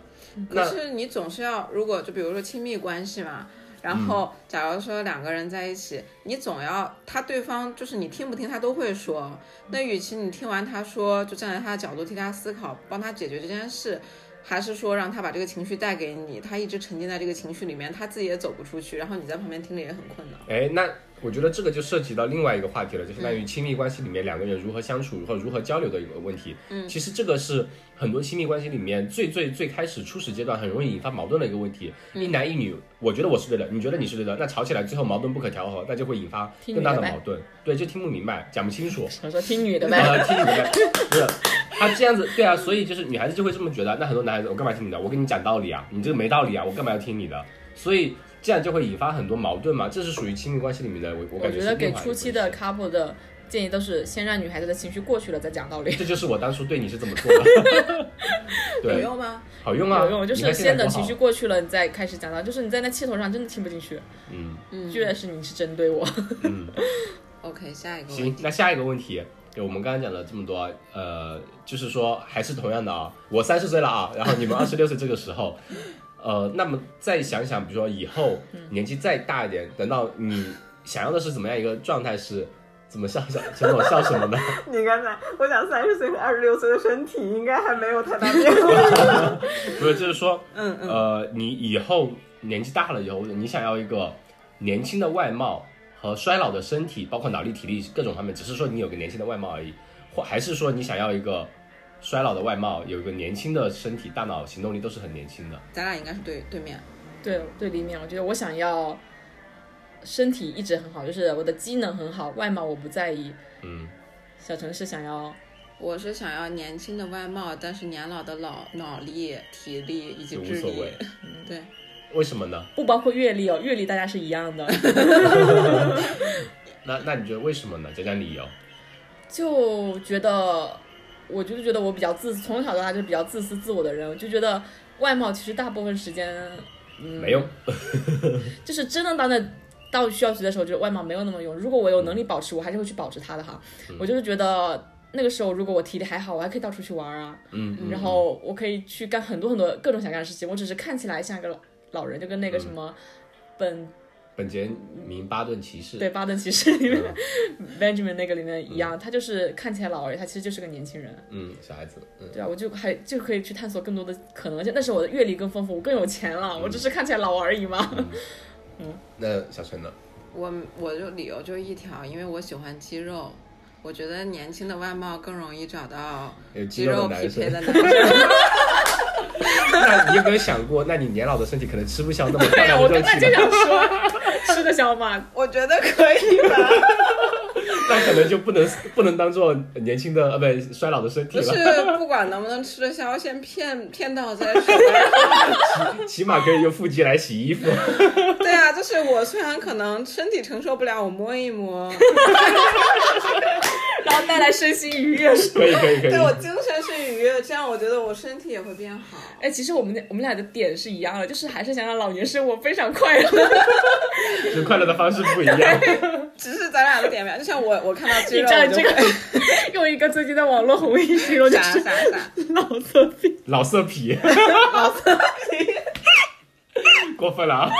[SPEAKER 3] 可
[SPEAKER 1] 那
[SPEAKER 3] 是你总是要，如果就比如说亲密关系嘛，
[SPEAKER 1] 嗯
[SPEAKER 3] 然后假如说两个人在一起，你总要他对方就是你听不听他都会说，那与其你听完他说，就站在他的角度替他思考，帮他解决这件事。还是说让他把这个情绪带给你，他一直沉浸在这个情绪里面，他自己也走不出去，然后你在旁边听着也很困扰。
[SPEAKER 1] 哎，那我觉得这个就涉及到另外一个话题了，就相当于亲密关系里面两个人如何相处和如何交流的一个问题。嗯，其实这个是很多亲密关系里面最最最开始初始阶段很容易引发矛盾的一个问题。一男一女，我觉得我是对的，你觉得你是对的，那吵起来最后矛盾不可调和，那就会引发
[SPEAKER 2] 听
[SPEAKER 1] 更大
[SPEAKER 2] 你
[SPEAKER 1] 的
[SPEAKER 2] 的呗
[SPEAKER 1] 矛盾。对，就听不明白，讲不清楚。
[SPEAKER 2] 我说听女的呗。
[SPEAKER 1] 啊，听你的，不是他这样子，对啊，所以就是女孩子就会这么觉得。那很多男孩子，我干嘛听你的？我跟你讲道理啊，你这个没道理啊，我干嘛要听你的？所以这样就会引发很多矛盾嘛，这是属于亲密关系里面的，我我
[SPEAKER 2] 我
[SPEAKER 1] 感
[SPEAKER 2] 觉
[SPEAKER 1] 是
[SPEAKER 2] 得给
[SPEAKER 1] 另外一
[SPEAKER 2] 初
[SPEAKER 1] 回
[SPEAKER 2] 期
[SPEAKER 1] 事
[SPEAKER 2] 的 couple 的建议都是先让女孩子的情绪过去了再讲道 理。
[SPEAKER 1] 这就是我当初对你是怎么做的，
[SPEAKER 3] 有
[SPEAKER 1] 对，
[SPEAKER 3] 用吗？
[SPEAKER 1] 好用啊，
[SPEAKER 2] 哎有用，就
[SPEAKER 1] 你
[SPEAKER 2] 是
[SPEAKER 1] 看现在
[SPEAKER 2] 先等
[SPEAKER 1] 多
[SPEAKER 2] 情
[SPEAKER 1] 好
[SPEAKER 2] 绪，过去了，你再开始讲道理。就是你在那气头上真的听不进去，
[SPEAKER 1] 嗯
[SPEAKER 2] 居然是你是针对我。
[SPEAKER 1] 嗯。
[SPEAKER 3] OK，下一个问
[SPEAKER 1] 行，
[SPEAKER 3] 题。
[SPEAKER 1] 那下一个问题，就我们刚刚讲了这么多，呃，就是说还是同样的啊，我三十岁了啊，然后你们二十六岁这个时候， 呃，那么再想想，比如说以后
[SPEAKER 3] 嗯
[SPEAKER 1] 年纪再大一点，等到你想要的是怎么样一个状态是？怎么笑笑？陈总笑什么呢？
[SPEAKER 3] 你刚才我想三十岁和二十六岁的身体应该还没有太大变化。
[SPEAKER 1] 不是，就是说，
[SPEAKER 3] 嗯嗯，
[SPEAKER 1] 呃，你以后年纪大了以后，你想要一个年轻的外貌和衰老的身体，包括脑力、体力各种方面，只是说你有个年轻的外貌而已，或还是说你想要一个衰老的外貌，有一个年轻的身体、大脑、行动力都是很年轻的。
[SPEAKER 3] 咱俩应该是对对面。
[SPEAKER 2] 对对，里面我觉得我想要身体一直很好，就是我的机能很好，外貌我不在意。
[SPEAKER 1] 嗯，
[SPEAKER 2] 小城市想要
[SPEAKER 3] 我是想要年轻的外貌，但是年老的脑脑力、体力以及
[SPEAKER 1] 就无
[SPEAKER 3] 智
[SPEAKER 1] 所
[SPEAKER 3] 力嗯
[SPEAKER 1] 谓。
[SPEAKER 3] 对，
[SPEAKER 1] 为什么呢？
[SPEAKER 2] 不包括阅历哦，阅历大家是一样的。
[SPEAKER 1] 那那你觉得为什么呢？讲讲理由。
[SPEAKER 2] 就觉得，我就是觉得我比较自，从小到大就比较自私自我的人，我就觉得外貌其实大部分时间
[SPEAKER 3] 嗯
[SPEAKER 1] 没用。
[SPEAKER 2] 就是真的到那到需要学的时候，觉得外貌没有那么用。如果我有能力保持，我还是会去保持它的哈。
[SPEAKER 1] 嗯
[SPEAKER 2] 我就是觉得那个时候，如果我体力还好，我还可以到处去玩啊，
[SPEAKER 1] 嗯，嗯
[SPEAKER 2] 然
[SPEAKER 1] 嗯
[SPEAKER 2] 后我可以去干很多很多各种想干的事情。我只是看起来像一个老老人，就跟那个什么。本
[SPEAKER 1] 本杰明巴顿骑士，
[SPEAKER 2] 对《巴顿骑士》里面
[SPEAKER 1] 嗯
[SPEAKER 2] Benjamin 那个里面一样，他就是看起来老而已，他其实就是个年轻人。
[SPEAKER 1] 嗯，小孩子，嗯，
[SPEAKER 2] 对啊，我就还就可以去探索更多的可能性，但是我的阅历更丰富，我更有钱了，
[SPEAKER 1] 嗯
[SPEAKER 2] 我只是看起来老而已嘛。
[SPEAKER 1] 那小陈呢？
[SPEAKER 3] 我我就理由就一条，因为我喜欢肌肉，我觉得年轻的外貌更容易找到
[SPEAKER 1] 有肌
[SPEAKER 3] 肌肉
[SPEAKER 1] 肉
[SPEAKER 3] 匹
[SPEAKER 1] 男
[SPEAKER 3] 配
[SPEAKER 1] 生，
[SPEAKER 3] 的男生。
[SPEAKER 1] 那你有没有想过，那你年老的身体可能吃不消那么漂
[SPEAKER 2] 对啊，
[SPEAKER 1] 亮
[SPEAKER 2] 我
[SPEAKER 1] 的
[SPEAKER 2] 刚
[SPEAKER 1] 肉
[SPEAKER 2] 才就
[SPEAKER 1] 体，
[SPEAKER 2] 想说，吃得消吗？
[SPEAKER 3] 我觉得可以吧，
[SPEAKER 1] 那可能就不能不能当做年轻的呃不衰老的身体
[SPEAKER 3] 就
[SPEAKER 1] 了，
[SPEAKER 3] 是不管能不能吃得消，先骗骗到再 说。
[SPEAKER 1] 起码可以用腹肌来洗衣服。
[SPEAKER 3] 对啊，就是我虽然可能身体承受不了，我摸一摸，
[SPEAKER 2] 然后带来身心愉悦。
[SPEAKER 1] 可以可以可以
[SPEAKER 3] 对，我精神是愉悦，这样我觉得我身体也会变好。
[SPEAKER 2] 哎，其实我们俩我们俩的点是一样的，就是还是想让老年生活非常快 乐。
[SPEAKER 1] 就快乐的方式不一样。
[SPEAKER 3] 只是咱俩的点不一样，就像我我看到肌
[SPEAKER 2] 你
[SPEAKER 3] 肉，
[SPEAKER 2] 站
[SPEAKER 3] 我就
[SPEAKER 2] 这个
[SPEAKER 3] 会
[SPEAKER 2] 用一个最近在网络红一形容 就
[SPEAKER 3] 傻
[SPEAKER 2] 是
[SPEAKER 3] 傻傻。
[SPEAKER 2] 老色批。
[SPEAKER 1] 老色 皮，过分了啊！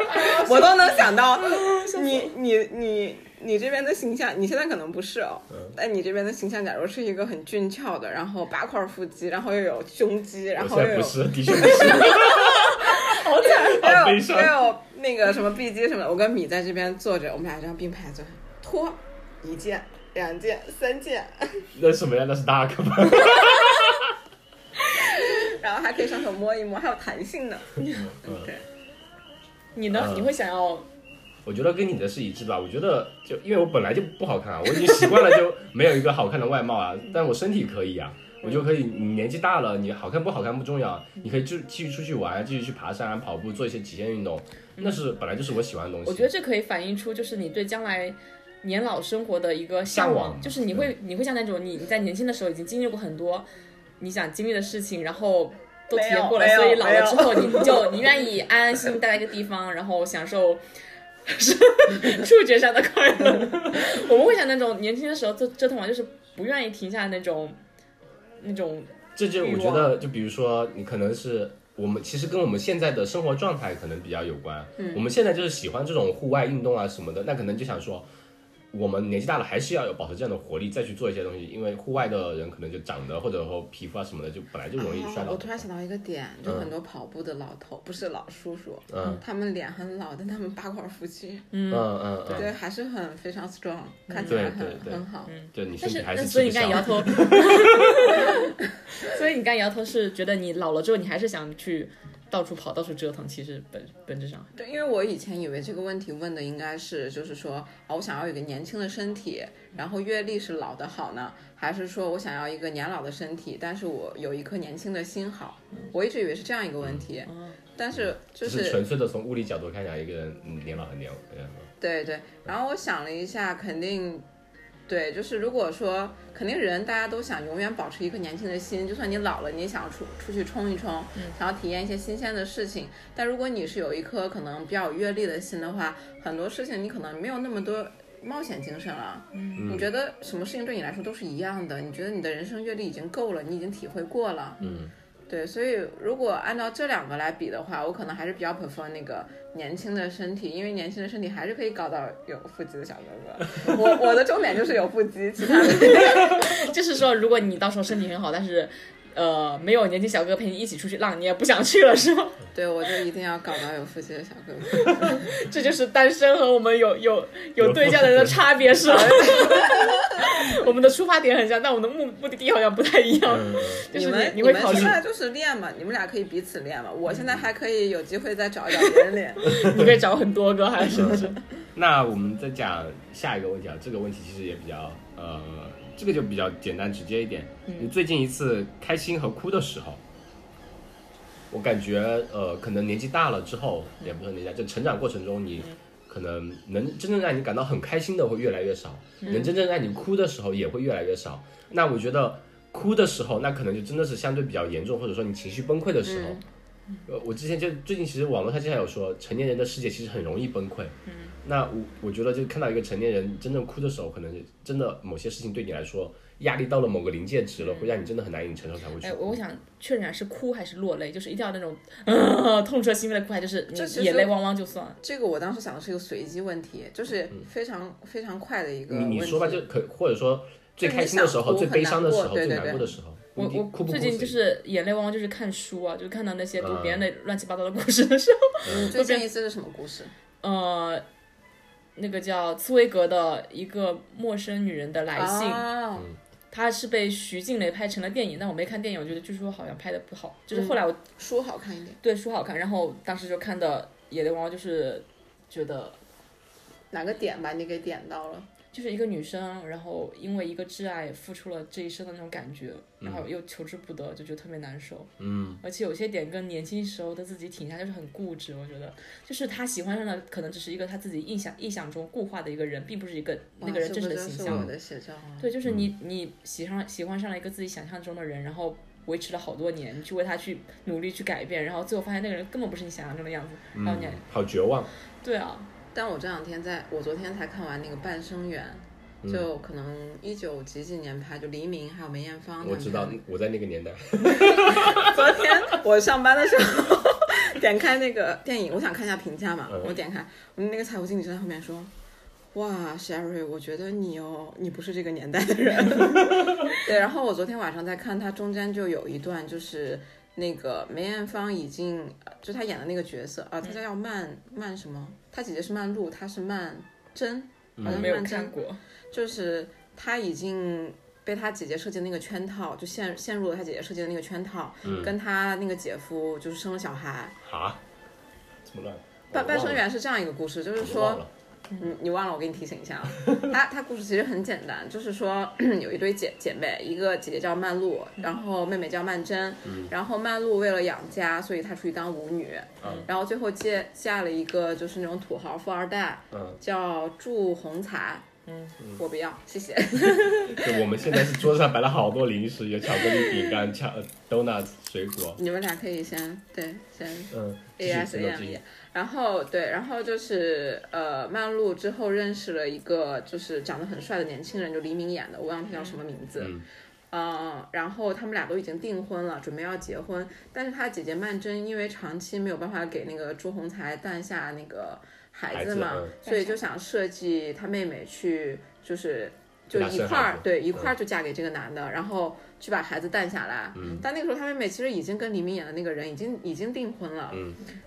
[SPEAKER 3] 我都能想到你你你你这边的形象，你现在可能不是哦，
[SPEAKER 1] 嗯
[SPEAKER 3] 但你这边的形象，假如是一个很俊俏的，然后八块腹肌，然后又有胸肌，然
[SPEAKER 1] 我
[SPEAKER 3] 后
[SPEAKER 1] 现在
[SPEAKER 3] 又有
[SPEAKER 1] 不 是，的确不是，
[SPEAKER 2] 好惨！
[SPEAKER 3] 又
[SPEAKER 1] 好悲
[SPEAKER 3] 有
[SPEAKER 1] 伤
[SPEAKER 3] 又有那个什么臂肌什么的，我跟米在这边坐着，我们俩这样并排坐，脱一件。两件、三件，
[SPEAKER 1] 那什么呀？那是那个吧？
[SPEAKER 3] 然后还可以上手摸一摸，还有弹性呢。
[SPEAKER 1] 嗯
[SPEAKER 3] 对，
[SPEAKER 2] 你呢？
[SPEAKER 1] 嗯
[SPEAKER 2] 你会想要
[SPEAKER 1] 我觉得跟你的是一致吧。我觉得就因为我本来就不好看啊，我已经习惯了就没有一个好看的外貌啊，但我身体可以啊，我就可以。你年纪大了，你好看不好看不重要，你可以继继续出去玩，继续去爬山、跑步，做一些极限运动，那是本来就是我喜欢的东西。
[SPEAKER 2] 我觉得这可以反映出就是你对将来年老生活的一个
[SPEAKER 1] 向
[SPEAKER 2] 向
[SPEAKER 1] 往
[SPEAKER 2] 就是你会你会像那种你你在年轻的时候已经经历过很多你想经历的事情，然后都体验过了，
[SPEAKER 3] 没有
[SPEAKER 2] 所以老
[SPEAKER 3] 没
[SPEAKER 2] 了
[SPEAKER 3] 有
[SPEAKER 2] 之后你你就你愿意安安心心待在一个地方，然后享受 触觉上的快乐。我们会想那种年轻的时候折折腾完就是不愿意停下那种那种
[SPEAKER 1] 这就我觉得，就比如说，你可能是我们其实跟我们现在的生活状态可能比较有关。
[SPEAKER 2] 嗯
[SPEAKER 1] 我们现在就是喜欢这种户外运动啊什么的，那可能就想说，我们年纪大了还是要有保持这样的活力，再去做一些东西，因为户外的人可能就长得或者说皮肤啊什么的，嗯就本来就容易衰
[SPEAKER 3] 啊
[SPEAKER 1] 老。
[SPEAKER 3] 我突然想到一个点，就很多跑步的老头，不是老叔叔，
[SPEAKER 1] 嗯
[SPEAKER 3] 他们脸很老，但他们八块腹肌，
[SPEAKER 1] 嗯嗯嗯，
[SPEAKER 3] 对，还是很非常 strong，看起来
[SPEAKER 1] 对对
[SPEAKER 3] 很
[SPEAKER 1] 对
[SPEAKER 3] 很好。
[SPEAKER 1] 就你身体
[SPEAKER 2] 但是，
[SPEAKER 1] 还
[SPEAKER 2] 那
[SPEAKER 1] 是
[SPEAKER 2] 所以
[SPEAKER 1] 吃
[SPEAKER 2] 你
[SPEAKER 1] 不
[SPEAKER 2] 刚才
[SPEAKER 1] 消。
[SPEAKER 2] 摇头， 所以你刚才摇头是觉得你老了之后，你还是想去到处跑、到处折腾。其实本本质上，
[SPEAKER 3] 对，因为我以前以为这个问题问的应该是，就是说，啊，我想要一个年轻的身体，然后阅历是老的好呢，还是说我想要一个年老的身体，但是我有一颗年轻的心好？我一直以为是这样一个问题，
[SPEAKER 2] 哦
[SPEAKER 3] 但是就
[SPEAKER 1] 嗯只是纯粹的从物理角度看起来，一个人嗯年老很年老。
[SPEAKER 3] 对对，然后我想了一下，肯定，对，就是如果说肯定人大家都想永远保持一颗年轻的心，就算你老了，你也想要出出去冲一冲，想要体验一些新鲜的事情。但如果你是有一颗可能比较有阅历的心的话，很多事情你可能没有那么多。冒险精神了，嗯，你觉得什么事情对你来说都是一样的？你觉得你的人生阅历已经够了，你已经体会过了，
[SPEAKER 1] 嗯，
[SPEAKER 3] 对，所以如果按照这两个来比的话，我可能还是比较 prefer 那个年轻的身体，因为年轻的身体还是可以搞到有腹肌的小哥哥。 我我的重点就是有腹肌，其他的
[SPEAKER 2] 就是说，如果你到时候身体很好，但是呃没有年轻小哥陪你一起出去浪，你也不想去了，是吗？
[SPEAKER 3] 对我就一定要搞到有腹肌的小哥哥。
[SPEAKER 2] 这就是单身和我们有有有对象的人的差别，是吧？ 我们的出发点很像，但我们的目目的地好像不太一样。
[SPEAKER 1] 嗯
[SPEAKER 2] 就是
[SPEAKER 3] 们
[SPEAKER 2] 你
[SPEAKER 3] 你
[SPEAKER 2] 会
[SPEAKER 3] 们
[SPEAKER 2] 考虑
[SPEAKER 3] 现，在就是练嘛，你们俩可以彼此练嘛。我现在还可以有机会再找一找别人 练。
[SPEAKER 2] 你可以找很多个，还是不是？
[SPEAKER 1] 那我们再讲下一个问题啊，这个问题其实也比较呃，这个就比较简单直接一点。你最近一次开心和哭的时候，我感觉呃，可能年纪大了之后，也不是年纪大，就成长过程中你。可能能真正让你感到很开心的会越来越少，能真正让你哭的时候也会越来越少。那我觉得哭的时候，那可能就真的是相对比较严重，或者说你情绪崩溃的时候，呃，我之前就最近其实网络上经常有说，成年人的世界其实很容易崩溃。嗯，那我我觉得就看到一个成年人真正哭的时候，可能真的某些事情对你来说压力到了某个临界值了，会让你真的很难以承受才会去
[SPEAKER 2] 哎，
[SPEAKER 1] 哭。
[SPEAKER 2] 我我想确认一下是哭还是落泪，就是一定要那种呃、痛彻心扉的哭，还就是
[SPEAKER 3] 这其
[SPEAKER 2] 你
[SPEAKER 3] 实
[SPEAKER 2] 眼泪汪汪就算。
[SPEAKER 3] 这个我当时想的是一个随机问题，就是非常、非常快的一个
[SPEAKER 1] 你
[SPEAKER 3] 呃问题。
[SPEAKER 1] 你说吧，就可或者说最
[SPEAKER 3] 就是
[SPEAKER 1] 开
[SPEAKER 3] 你
[SPEAKER 1] 心的
[SPEAKER 3] 想
[SPEAKER 1] 时候、
[SPEAKER 3] 哭
[SPEAKER 1] 最
[SPEAKER 3] 很
[SPEAKER 1] 悲
[SPEAKER 3] 难
[SPEAKER 1] 伤的时
[SPEAKER 3] 过
[SPEAKER 1] 候、
[SPEAKER 3] 对
[SPEAKER 1] 最
[SPEAKER 3] 对
[SPEAKER 1] 难
[SPEAKER 3] 对
[SPEAKER 1] 过的时候，
[SPEAKER 2] 我
[SPEAKER 1] 你
[SPEAKER 2] 我
[SPEAKER 1] 哭不哭
[SPEAKER 2] 最近
[SPEAKER 1] 随
[SPEAKER 2] 就
[SPEAKER 1] 意
[SPEAKER 2] 是眼泪汪汪，就是看书啊，就是看到那些读别人
[SPEAKER 1] 啊
[SPEAKER 2] 的乱七八糟的故事的时候，
[SPEAKER 3] 你嗯最近一次是什么故事？
[SPEAKER 2] 呃，那个叫茨威格的一个陌生女人的来信，
[SPEAKER 3] 哦
[SPEAKER 2] 她是被徐静蕾拍成了电影，但我没看电影，我觉得据说好像拍的不好，就是
[SPEAKER 3] 嗯
[SPEAKER 2] 后来我
[SPEAKER 3] 书好看一点，
[SPEAKER 2] 对书好看，然后当时就看的眼泪汪汪，就是觉得
[SPEAKER 3] 哪个点把你给点到了？
[SPEAKER 2] 就是一个女生，然后因为一个挚爱付出了这一生的那种感觉，
[SPEAKER 1] 嗯
[SPEAKER 2] 然后又求之不得，就觉得特别难受。嗯，而且有些点跟年轻时候的自己挺像，就是很固执。我觉得，就是她喜欢上的可能只是一个她自己印象意想中固化的一个人，并不是一个那个人
[SPEAKER 3] 哇
[SPEAKER 2] 真
[SPEAKER 3] 这
[SPEAKER 2] 实的
[SPEAKER 3] 不就
[SPEAKER 2] 形
[SPEAKER 3] 是
[SPEAKER 2] 象。
[SPEAKER 3] 我的写照啊！
[SPEAKER 2] 对，就是你
[SPEAKER 1] 嗯
[SPEAKER 2] 你喜上喜欢上了一个自己想象中的人，然后维持了好多年，你去为他去努力去改变，然后最后发现那个人根本不是你想象中的样子，然后你还
[SPEAKER 1] 嗯，好绝望。
[SPEAKER 2] 对啊，
[SPEAKER 3] 但我这两天在，我昨天才看完那个《半生缘》，
[SPEAKER 1] 嗯
[SPEAKER 3] 就可能一九几几年拍，就黎明还有梅艳芳他们
[SPEAKER 1] 我知道
[SPEAKER 3] 拍的
[SPEAKER 1] 我在那个年代，
[SPEAKER 3] 昨天我上班的时候点开那个电影，我想看一下评价嘛，
[SPEAKER 1] 嗯
[SPEAKER 3] 我点开，我们那个财务经理就在后面说。哇，Sherry，我觉得你哦，你不是这个年代的人。对，然后我昨天晚上在看，他中间就有一段，就是那个梅艳芳已经，呃就她演的那个角色啊，她叫曼曼什么？她姐姐是曼璐，她是曼桢，
[SPEAKER 1] 嗯
[SPEAKER 3] 好像是
[SPEAKER 2] 没有
[SPEAKER 3] 曼桢
[SPEAKER 2] 看过，
[SPEAKER 3] 就是他已经被他姐姐设计的那个圈套，就陷陷入了他姐姐设计的那个圈套，
[SPEAKER 1] 嗯
[SPEAKER 3] 跟他那个姐夫就是生了小孩。
[SPEAKER 1] 哈，这么乱。
[SPEAKER 3] 半
[SPEAKER 1] 我
[SPEAKER 3] 半
[SPEAKER 1] 忘
[SPEAKER 3] 生
[SPEAKER 1] 了
[SPEAKER 3] 缘是这样一个故事，就是
[SPEAKER 1] 我
[SPEAKER 3] 说
[SPEAKER 1] 忘，了
[SPEAKER 3] 你你忘了，我给你提醒一 下啊。他他故事其实很简单，就是说 有一对姐姐妹，一个姐姐叫曼璐，
[SPEAKER 1] 嗯
[SPEAKER 3] 然后妹妹叫曼桢，然后曼璐为了养家，所以她出去当舞女，
[SPEAKER 1] 嗯
[SPEAKER 3] 然后最后嫁嫁了一个就是那种土豪富二代，
[SPEAKER 1] 嗯
[SPEAKER 3] 叫祝鸿才。嗯，我不要，谢谢。
[SPEAKER 1] 就我们现在是桌子上摆了好多零食，有巧克力饼干、巧 donuts、水果，
[SPEAKER 3] 你们俩可以先对先
[SPEAKER 1] 嗯
[SPEAKER 3] A S A M E，然后对，然后就是呃，曼璐之后认识了一个就是长得很帅的年轻人，就黎明演的，我忘记叫什么名字。嗯然后他们俩都已经订婚了，准备要结婚，但是她姐姐曼桢因为长期没有办法给那个朱鸿才诞下那个孩
[SPEAKER 1] 孩
[SPEAKER 3] 子
[SPEAKER 1] 子
[SPEAKER 3] 嘛，
[SPEAKER 1] 嗯
[SPEAKER 3] 所以就想设计她妹妹去就是就
[SPEAKER 1] 给她
[SPEAKER 3] 一
[SPEAKER 1] 生
[SPEAKER 3] 块
[SPEAKER 1] 孩
[SPEAKER 3] 儿
[SPEAKER 1] 子
[SPEAKER 3] 对一块儿就嫁给这个男的，然后去把孩子诞下来。但那个时候她妹妹其实已经跟黎明演的那个人已经已经订婚了。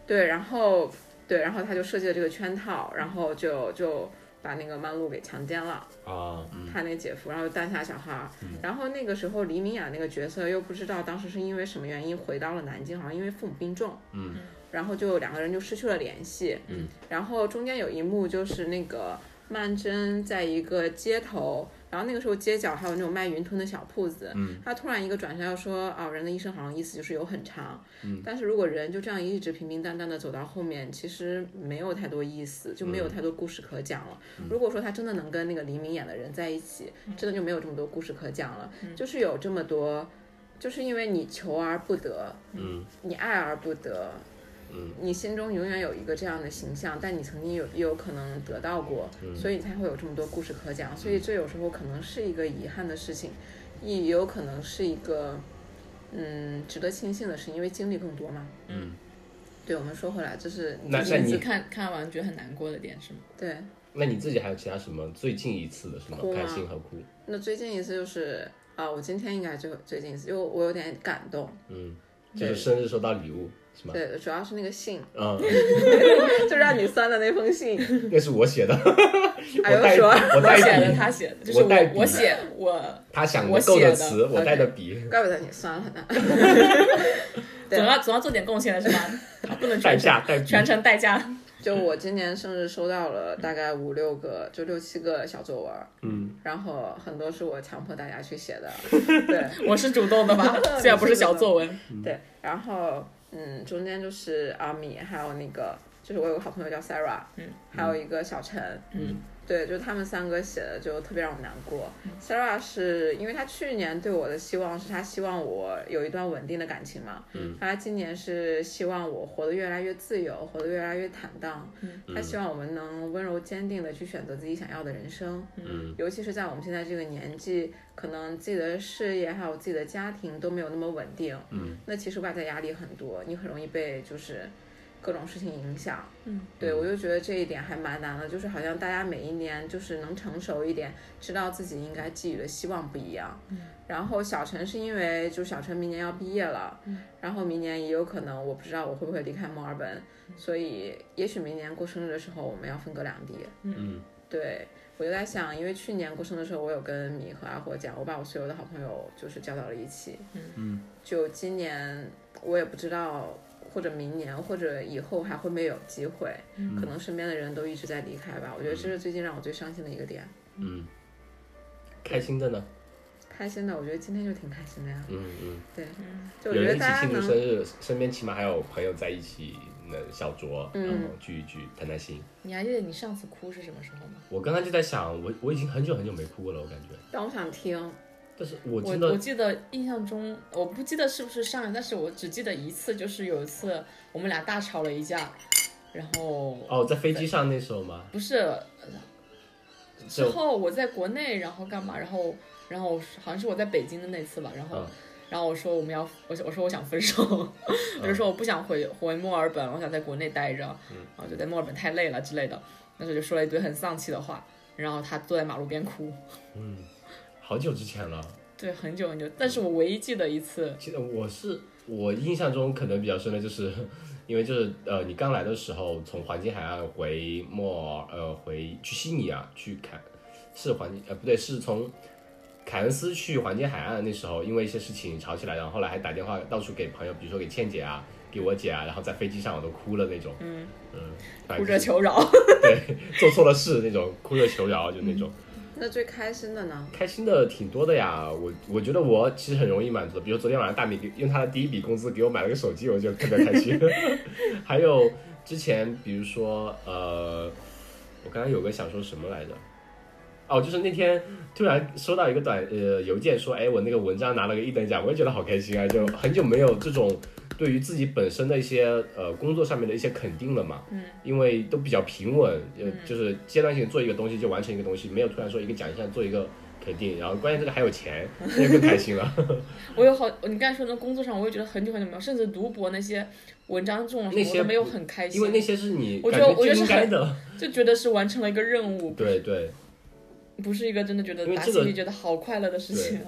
[SPEAKER 3] 对，然后对，然后她就设计了这个圈套，然后就就把那个曼璐给强奸了。
[SPEAKER 1] 啊，
[SPEAKER 3] 他那个姐夫，然后诞下小孩儿。然后那个时候黎明啊演那个角色又不知道当时是因为什么原因回到了南京，好像因为父母病重。嗯。然后就两个人就失去了联系。嗯。然后中间有一幕就是那个曼桢在一个街头。然后那个时候街角还有那种卖云吞的小铺子，嗯，他突然一个转身要说，啊，人的一生好像意思就是有很长，嗯，但是如果人就这样一直平平淡淡的走到后面，其实没有太多意思，就没有太多故事可讲了。如果说他真的能跟那个黎明演的人在一起，真的就没有这么多故事可讲了，就是有这么多，就是因为你求而不得，嗯，你爱而不得，嗯，你心中永远有一个这样的形象，但你曾经有也有可能得到过，所以你才会有这么多故事可讲，所以这有时候可能是一个遗憾的事情，也有可能是一个，嗯，值得庆幸的事，因为经历更多嘛，嗯。对，我们说回来，就是
[SPEAKER 1] 那
[SPEAKER 3] 自己
[SPEAKER 1] 那
[SPEAKER 2] 每
[SPEAKER 1] 你
[SPEAKER 2] 次看看完觉得很难过的点是吗？
[SPEAKER 3] 对，
[SPEAKER 1] 那你自己还有其他什么最近一次的什么
[SPEAKER 3] 哭吗
[SPEAKER 1] 开心和哭？
[SPEAKER 3] 那最近一次就是啊，我今天应该就最近一次，因为我有点感动。
[SPEAKER 1] 嗯，就是生日收到礼物是吗？
[SPEAKER 3] 对，主要是那个信，
[SPEAKER 1] 嗯，
[SPEAKER 3] 就让你酸的那封信。
[SPEAKER 1] 那是我写的，我
[SPEAKER 3] 哎呦
[SPEAKER 1] 带
[SPEAKER 3] 说
[SPEAKER 1] 我
[SPEAKER 2] 他写
[SPEAKER 1] 带
[SPEAKER 2] 的，
[SPEAKER 1] 笔，
[SPEAKER 2] 他写的，就是
[SPEAKER 1] 我带
[SPEAKER 2] 我
[SPEAKER 1] 笔
[SPEAKER 2] 我写我，
[SPEAKER 1] 他想
[SPEAKER 2] 我
[SPEAKER 1] 的够
[SPEAKER 2] 写
[SPEAKER 1] 的
[SPEAKER 2] 的
[SPEAKER 1] 词，我
[SPEAKER 3] OK
[SPEAKER 1] 带的笔，
[SPEAKER 3] 怪不得你酸了呢。对
[SPEAKER 2] 总要总要做点贡献的是吧？他不能
[SPEAKER 1] 代
[SPEAKER 2] 全程
[SPEAKER 1] 价带笔，
[SPEAKER 2] 全程代驾，
[SPEAKER 3] 就我今年生日收到了大概五六个，就六七个小作文，
[SPEAKER 1] 嗯，
[SPEAKER 3] 然后很多是我强迫大家 去写的。对，
[SPEAKER 2] 我是主动的 吧？虽然不是小作文，
[SPEAKER 3] 对，然后嗯，中间就是阿米，还有那个就是我有个好朋友叫 Sarah，嗯，还有一个小陈，嗯，对，就他们三个写的就特别让我难过。Sarah 是因为她去年对我的希望是她希望我有一段稳定的感情嘛，嗯，她今年是希望我活得越来越自由，活得越来越坦荡，嗯，她希望我们能温柔坚定的去选择自己想要的人生，嗯，尤其是在我们现在这个年纪，可能自己的事业还有自己的家庭都没有那么稳定，嗯，那其实外在压力很多，你很容易被就是。各种事情影响，嗯，对我就觉得这一点还蛮难的，就是好像大家每一年就是能成熟一点，知道自己应该寄予的希望不一样。嗯，然后小陈是因为就小陈明年要毕业了，嗯，然后明年也有可能我不知道我会不会离开墨尔本，所以也许明年过生日的时候我们要分隔两地。
[SPEAKER 1] 嗯，
[SPEAKER 3] 对我就在想，因为去年过生日的时候，我有跟米和阿火讲，我把我所有的好朋友就是叫到了一起，嗯嗯，就今年我也不知道或者明年或者以后还会不会有机会，
[SPEAKER 1] 嗯
[SPEAKER 3] 可能身边的人都一直在离开吧。我觉得这是最近让我最伤心的一个点。
[SPEAKER 1] 嗯，开心的呢？
[SPEAKER 3] 开心的，我觉得今天就挺开心的呀。
[SPEAKER 1] 嗯嗯，
[SPEAKER 3] 对，啊就我
[SPEAKER 1] 有
[SPEAKER 3] 觉
[SPEAKER 1] 人一
[SPEAKER 3] 得
[SPEAKER 1] 起
[SPEAKER 3] 大家
[SPEAKER 1] 庆祝
[SPEAKER 3] 能
[SPEAKER 1] 生日，身边起码还有朋友在一起，那小酌，
[SPEAKER 3] 嗯
[SPEAKER 1] 然后聚一聚，谈谈心。
[SPEAKER 2] 你还记得你上次哭是什么时候吗？
[SPEAKER 1] 我刚才就在想，我我已经很久很久没哭了，我感觉，
[SPEAKER 3] 但我想听，
[SPEAKER 1] 但是我
[SPEAKER 2] 我
[SPEAKER 1] 真
[SPEAKER 2] 我
[SPEAKER 1] 的，
[SPEAKER 2] 记得印象中，我不记得是不是上一，但是我只记得一次，就是有一次我们俩大吵了一架，然后
[SPEAKER 1] 哦，在飞机上那时候吗？
[SPEAKER 2] 不是呃之
[SPEAKER 1] 就
[SPEAKER 2] 后我在国内，然后干嘛，然后然后好像是我在北京的那次吧，然后、
[SPEAKER 1] 嗯
[SPEAKER 2] 然后我说我们要，我我说我想分手。 我就说我不想回回墨尔本，我想在国内待着，
[SPEAKER 1] 嗯
[SPEAKER 2] 然后就在墨尔本太累了之类的。那时候就说了一堆很丧气的话，然后他坐在马路边哭。
[SPEAKER 1] 嗯，好久之前了。
[SPEAKER 2] 对，很久很久，但是我唯一记得一次，
[SPEAKER 1] 呃其实我是我印象中可能比较深的就是， 因为就是呃，你刚来的时候从黄金海岸回墨呃回去悉尼啊，去凯是黄金呃不对，是从凯恩斯去黄金海岸那时候，因为一些事情吵起来，然后后来还打电话到处给朋友，比如说给倩姐啊，给我姐啊，然后在飞机上我都哭了那种，嗯嗯，
[SPEAKER 2] 哭着求饶。
[SPEAKER 1] 对，做错了事那种，哭着求饶就那种。
[SPEAKER 3] 那最开心的呢？
[SPEAKER 1] 开心的挺多的呀，我我觉得我其实很容易满足的，比如昨天晚上大米给用他的第一笔工资给我买了个手机，我就特别开心。还有之前比如说呃，我刚刚有个想说什么来着？哦，就是那天突然收到一个短呃邮件说，哎，我那个文章拿了个一等奖，我也觉得好开心啊，就很久没有这种对于自己本身的一些呃工作上面的一些肯定了嘛，嗯，因为都比较平稳，呃，就是阶段性做一个东西就完成一个东西，没有突然说一个奖项做一个肯定，然后关键这个还有钱，那就更开心 了。
[SPEAKER 2] 我有好，你刚才说那工作上，我也觉得很久很久没有，甚至读博那些文章这种什
[SPEAKER 1] 那
[SPEAKER 2] 么，我
[SPEAKER 1] 些
[SPEAKER 2] 都没有很开心，
[SPEAKER 1] 因为那些是你
[SPEAKER 2] 我
[SPEAKER 1] 感
[SPEAKER 2] 觉得
[SPEAKER 1] 觉
[SPEAKER 2] 我觉
[SPEAKER 1] 就
[SPEAKER 2] 得是
[SPEAKER 1] 应该的，
[SPEAKER 2] 就觉得是完成了一个任务，
[SPEAKER 1] 对对，
[SPEAKER 2] 不是一个真的觉得
[SPEAKER 1] 因为
[SPEAKER 2] 打
[SPEAKER 1] 这个
[SPEAKER 2] 心里觉得好快乐的事情啊。